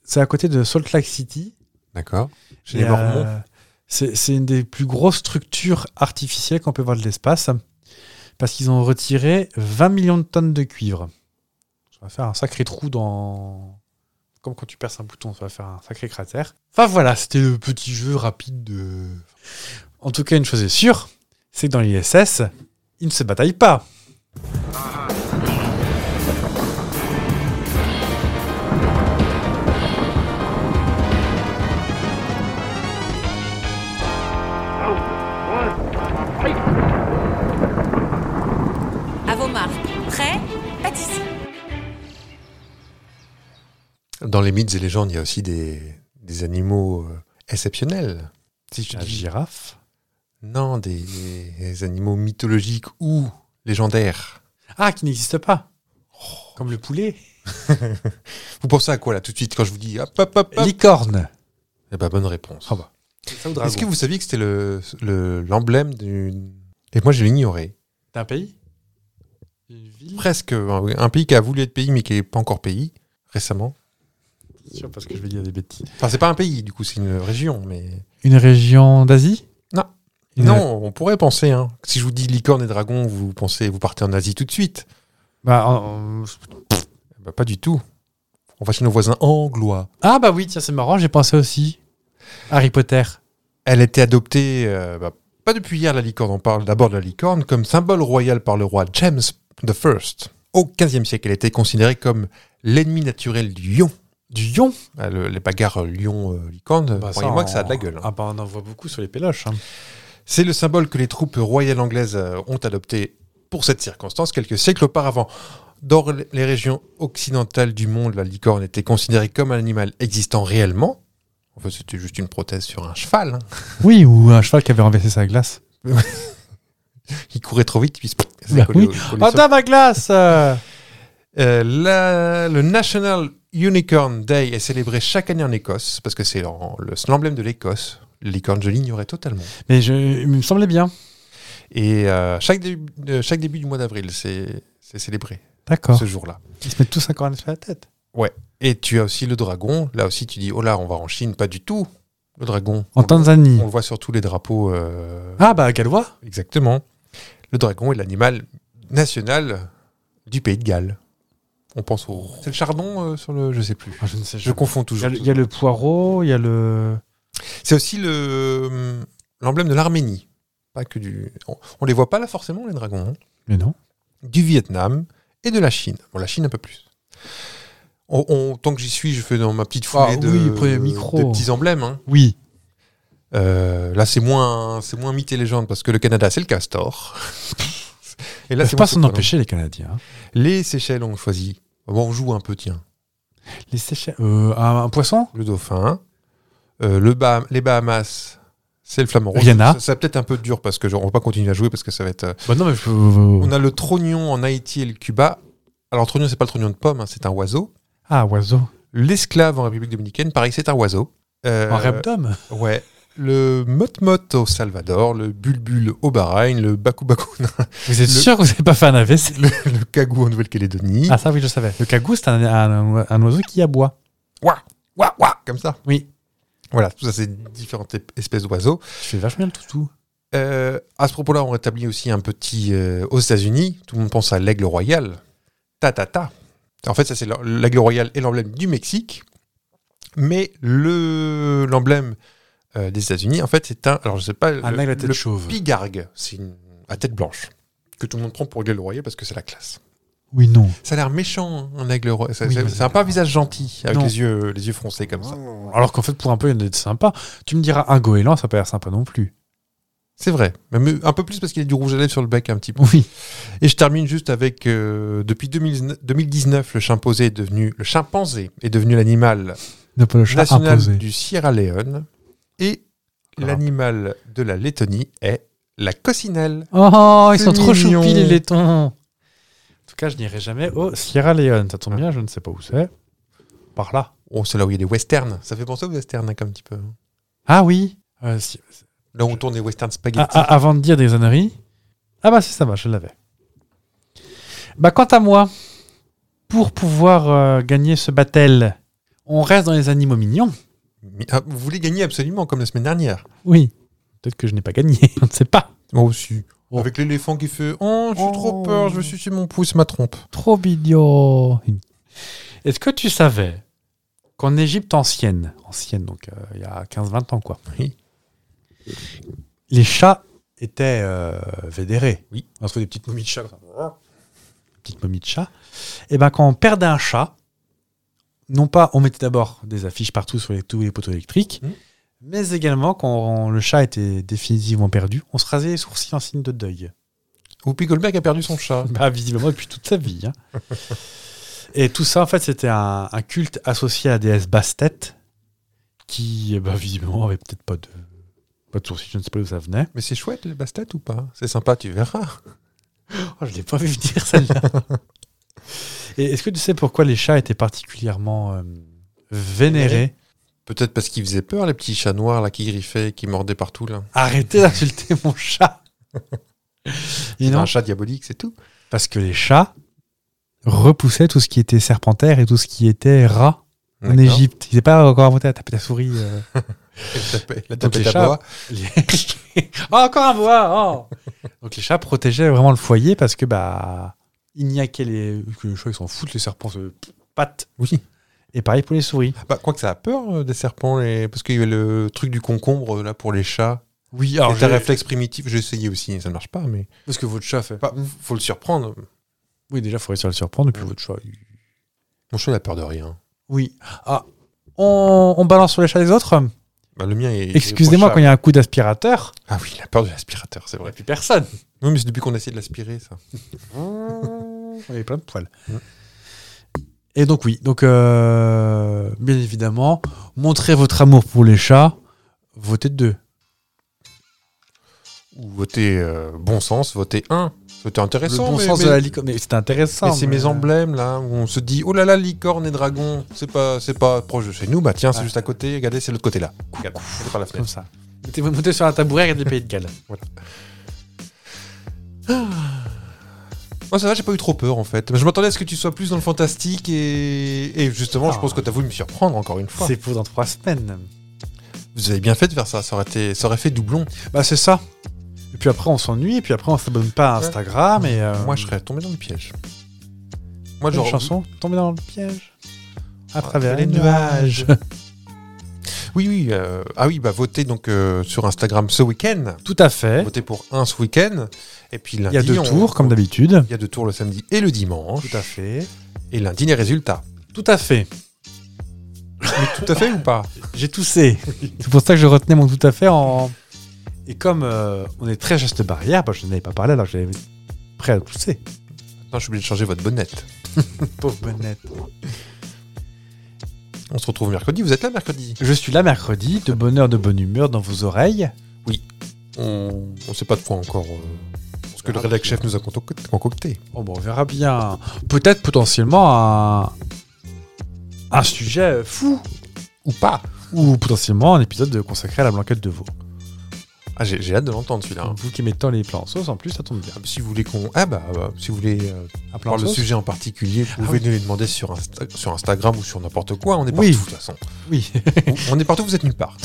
C'est à côté de Salt Lake City.
D'accord. Chez
Et,
les Mormons.
euh, C'est c'est une des plus grosses structures artificielles qu'on peut voir de l'espace, parce qu'ils ont retiré 20 millions de tonnes de cuivre. Ça va faire un sacré trou dans... Comme quand tu perces un bouton, ça va faire un sacré cratère. Enfin voilà, c'était le petit jeu rapide de... En tout cas, une chose est sûre, c'est que dans l'ISS, ils ne se bataillent pas.
À vos marques. Prêt Pas d'ici.
Dans les mythes et légendes, il y a aussi des, des animaux euh, exceptionnels. Si je
La
dis-
girafe.
non, des, des animaux mythologiques ou légendaires.
Ah, qui n'existe pas.
Oh.
Comme le poulet.
Vous pensez à quoi là tout de suite quand je vous dis hop hop hop, hop
Licorne.
Eh ben bonne réponse.
Ah bah.
Est-ce que vous saviez que c'était le- le- l'emblème d'une. Et moi je l'ignorais.
T'as un pays Une ville
Presque euh, un, un pays qui a voulu être pays mais qui n'est pas encore pays récemment.
sûr, parce que je vais dire des bêtises.
Enfin c'est pas un pays du coup c'est une région mais.
Une région d'Asie
Non.
Une-
Non, on pourrait penser. Hein. Si je vous dis licorne et dragon, vous pensez, vous partez en Asie tout de suite.
Bah, en-
Eh ben, pas du tout. On va chez nos voisins anglois.
Ah bah oui, tiens, c'est marrant, j'ai pensé aussi. Harry Potter.
Elle a été adoptée, euh, bah, pas depuis hier la licorne, on parle d'abord de la licorne, comme symbole royal par le roi James I. Au XVe siècle, elle était considérée comme l'ennemi naturel du lion.
Du lion
Ah, le- les bagarres lion-licorne, croyez-moi que ça a de la gueule. hein.
Ah bah on Bah, en voit beaucoup sur les péloches. hein.
C'est le symbole que les troupes royales anglaises euh, ont adopté pour cette circonstance quelques siècles auparavant. Dans les régions occidentales du monde, la licorne était considérée comme un animal existant réellement. En fait, c'était juste une prothèse sur un cheval. hein.
Oui, ou un cheval qui avait renversé sa glace.
Il courait trop vite, puis il se- s'est
Bah
collé
oui.
au- collé au
Oh,
sol.
t'as ma glace euh.
Euh, la- le National Unicorn Day est célébré chaque année en Écosse, parce que c'est en- le- c'est l'emblème de l'Écosse. Les licornes, je l'ignorais totalement.
Mais je, il me semblait bien.
Et euh, chaque, début, euh, chaque début du mois d'avril, c'est c'est célébré,
D'accord.
ce jour-là.
Ils se mettent tous un cornet sur la tête.
Et tu as aussi le dragon. Là aussi, tu dis, oh là, on va en Chine. Pas du tout, le dragon.
En
on, le-
Tanzanie.
on le voit sur tous les drapeaux. euh,
Ah bah, gallois
Exactement. Le dragon est l'animal national du pays de Galles. On pense au... C'est le chardon euh, sur le... Je sais plus.
Ah, Je ne sais
Je confonds
Il y, a
toujours.
le, il y a le poireau, il y a le...
C'est aussi le l'emblème de l'Arménie. Pas que du. On, on les voit pas là forcément les dragons. hein.
Mais non.
Du Vietnam et de la Chine. Bon, la Chine un peu plus. On- on- tant que j'y suis, je fais dans ma petite foulée
Ah
de,
oui, prenez le micro.
de petits emblèmes. hein.
Oui.
Euh, là, c'est moins, c'est moins mythe et légende parce que le Canada, c'est le castor. et
Ils ne peuvent
c'est
pas s'en
moins surprenant.
empêcher, les Canadiens. hein.
Les Seychelles ont choisi. Bon, on joue un peu, tiens.
Les Seychelles... euh, un, un poisson
le dauphin. Euh, le Baham- les Bahamas, c'est le flamant rose.
Rihanna.
Ça, ça va peut-être un peu dur parce que genre, on va pas continuer à jouer parce que ça va être. euh,
Bah non, mais je...
On a le trognon en Haïti et le Cuba. Alors trognon, c'est pas le trognon de pomme, hein, c'est un oiseau.
Ah, oiseau.
L'esclave en République dominicaine, pareil, c'est un oiseau. Euh,
Un rêve d'homme.
Ouais. Le motmot au Salvador, le bulbul au Bahreïn, le baku-baku,
Vous êtes
le-
sûr que vous n'avez pas fait un AVC
le cagou en Nouvelle-Calédonie.
Ah ça, oui, je savais. Le cagou, c'est un, un- un oiseau qui aboie.
Ouah, ouah, comme ça.
Oui.
Voilà, tout ça, c'est différentes ép- espèces d'oiseaux.
Tu fais vachement bien le toutou.
Euh, à ce propos-là, on rétablit aussi un petit. euh, aux États-Unis, tout le monde pense à l'aigle royal. Ta ta ta. En fait, ça c'est l'or- l'aigle royal et l'emblème du Mexique. Mais le l'emblème euh, des États-Unis, en fait, c'est un. Alors, je sais pas.
Un
le,
aigle à tête
le
chauve.
pigargue, c'est une à tête blanche que tout le monde prend pour l'aigle royal parce que c'est la classe.
Oui, non.
Ça a l'air méchant, hein, un aigle royal. Ça-
Oui,
ça-
mais-
C'est un pas un visage gentil avec
Non.
les yeux, les yeux froncés comme ça.
Alors qu'en fait, pour un peu, il y en a des sympas. Tu me diras, un goéland, ça peut l'air sympa non plus.
C'est vrai, même un peu plus parce qu'il a du rouge à lèvres sur le bec un petit peu.
Oui.
Et je termine juste avec euh, depuis 2000 2019, le chimpanzé est devenu le chimpanzé est devenu l'animal
Ne pas le chat
national
imposé.
du Sierra Leone et
Ah.
l'animal de la Lettonie est la coccinelle.
Oh, ils
C'est
sont trop
mignon.
choupis, les laitons. En tout cas, je n'irai jamais au Sierra Leone. Ça tombe bien, je ne sais pas où c'est. Par là.
Oh, c'est là où il y a des westerns. Ça fait penser aux westerns hein, comme un petit peu.
Ah oui. Euh, si-
Là où on tourne des westerns
Ah,
spaghetti.
ah, avant de dire des âneries. Ah bah si ça va, je l'avais. Bah quant à moi, pour pouvoir euh, gagner ce battle, on reste dans les animaux mignons.
Mais, ah, vous voulez gagner absolument comme la semaine dernière.
Oui. Peut-être que je n'ai pas gagné, on ne sait pas.
Moi aussi.
Oh.
Avec l'éléphant qui fait "Oh, j'ai trop
Oh.
peur, je vais sucer mon pouce, ma trompe."
Trop mignon. Est-ce que tu savais qu'en Égypte ancienne, ancienne donc euh, il y a 15-20 ans quoi,
Oui.
les chats étaient euh, vénérés. Oui. On se fait des petites momies de chats. comme ça. Petites momies de chats. Et ben quand on perdait un chat, non pas on mettait d'abord des affiches partout sur les, tous les poteaux électriques,
Mhm.
mais également quand on- le chat était définitivement perdu, on se rasait les sourcils en signe de deuil.
Whoopi Goldberg a perdu son chat.
Bah, visiblement, depuis toute sa vie. hein. Et tout ça, en fait, c'était un, un culte associé à la déesse Bastet, qui, eh ben, visiblement, avait peut-être pas de, pas de sourcils, je ne sais pas d'où ça venait.
Mais c'est chouette le bastet ou pas C'est sympa, tu verras.
Oh, je l'ai pas vu venir, celle-là. Et est-ce que tu sais pourquoi les chats étaient particulièrement euh, vénérés
Peut-être parce qu'ils faisaient peur, les petits chats noirs là, qui griffaient, qui mordaient partout. Là.
Arrêtez d'insulter mon chat Et
C'est
non,
un chat diabolique, c'est tout.
parce que les chats repoussaient tout ce qui était serpentaire et tout ce qui était rat en
D'accord.
Égypte. Ils n'étaient pas encore inventé à taper la souris. euh.
La tapette- La
Donc, les
tapette à
chats-
bois.
Les- Oh, encore un bois oh. Donc les chats protégeaient vraiment le foyer parce que bah il n'y a que les que les chats ils s'en foutent les serpents se pattes.
Oui.
Et pareil pour les souris.
Bah, quoi que ça a peur euh, des serpents, les- parce qu'il y avait le truc du concombre euh, là pour les chats.
Oui,
Alors,
j'ai-
un réflexe primitif, j'ai essayé aussi, ça ne marche pas, mais
parce que votre chat fait.
Bah, faut le surprendre.
Oui, déjà faut réussir à le surprendre et puis votre chat. il-
Mon chat n'a peur de rien.
Oui. Ah, on, on balance sur les chats des autres.
Bah, le mien est. est
Excusez-moi quand il
reprochable.
y a un coup d'aspirateur.
Ah oui, il a peur de l'aspirateur, c'est vrai.
plus personne.
Oui, mais c'est depuis qu'on a essayé de l'aspirer, ça.
Il y avait plein de poils.
Mm.
Et donc oui, donc euh, bien évidemment, montrez votre amour pour les chats, votez deux.
Ou voter euh, bon sens, voter 1. C'était
Le
intéressant.
bon
mais-
sens
mais-
de la licorne, mais c'est intéressant.
Mais euh, c'est
mais- euh,
mes emblèmes là où on se dit oh là là licorne et dragon c'est pas c'est pas proche de chez nous bah tiens c'est
Ah.
juste à côté regardez c'est l'autre côté là Regarde, c'est par la
Comme
fenêtre
ça. Mettez- Vous montez sur un tabouret, regardez le pays de Galles.
moi Oh, ça va j'ai pas eu trop peur en fait je m'attendais à ce que tu sois plus dans le fantastique et, et justement je
Ah.
pense que t'as voulu me surprendre encore une fois
C'est pour dans trois semaines.
vous avez bien fait de faire ça ça aurait été ça aurait fait doublon
Bah c'est ça. Et puis après on s'ennuie, et puis après on s'abonne pas à Instagram. Et, euh,
moi je serais tombé dans le piège moi
Une
genre
chanson tombée dans le piège. À travers
les
les nuages.
oui oui euh, ah oui bah votez donc euh, sur Instagram ce week-end
Tout à fait.
votez pour un ce week-end et puis
Il
lundi
y a deux
on-
tours, comme d'habitude.
il y a deux tours le samedi et le dimanche
Tout à fait.
et lundi les résultats
Tout à fait.
Tout à fait ou pas
J'ai toussé. C'est pour ça que je retenais mon tout à fait en. Et comme euh, on est très geste barrière, bah, je n'avais pas parlé alors j'étais prêt à tousser.
Maintenant, je suis obligé de changer votre bonnette.
Pauvre bonnette.
On se retrouve mercredi. Vous êtes là mercredi
Je suis là mercredi, de bonne heure, de bonne humeur dans vos oreilles.
On ne sait pas de quoi encore. euh, parce
Ah,
que le rédac chef nous a contoc- concocté.
Oh, bon, on verra bien. Peut-être potentiellement un, un sujet euh, fou
Ou pas
ou potentiellement un épisode de- consacré à la blanquette de veau.
ah, J'ai j'ai hâte de l'entendre celui-là. hein.
Vous qui mettez les plans en sauce, en plus, ça tombe bien.
Ah, Si vous voulez qu'on. Ah bah, euh, si vous voulez euh,
Un plan en
voir le
sauce
sujet en particulier, vous
Ah
pouvez nous les demander sur, Insta- sur Instagram ou sur n'importe quoi. On est partout
Oui.
de toute façon.
Oui.
on est partout, vous êtes nulle part.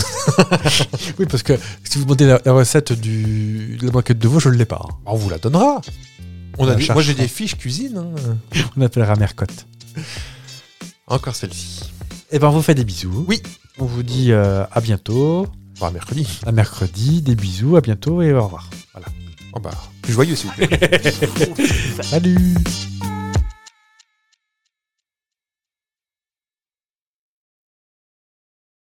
oui, parce que si vous demandez la, la recette du, de la blanquette de veau, je ne l'ai pas. hein.
Bah, on vous la donnera. On a
La
des-
charge.
moi j'ai des fiches cuisine. hein.
On appellera Mercotte.
Encore celle-ci.
Eh ben, on vous fait des bisous.
Oui.
On vous dit euh, à bientôt,
Bah mercredi.
à mercredi, des bisous, à bientôt et au revoir. Voilà.
Oh bah, plus joyeux s'il vous plaît.
Salut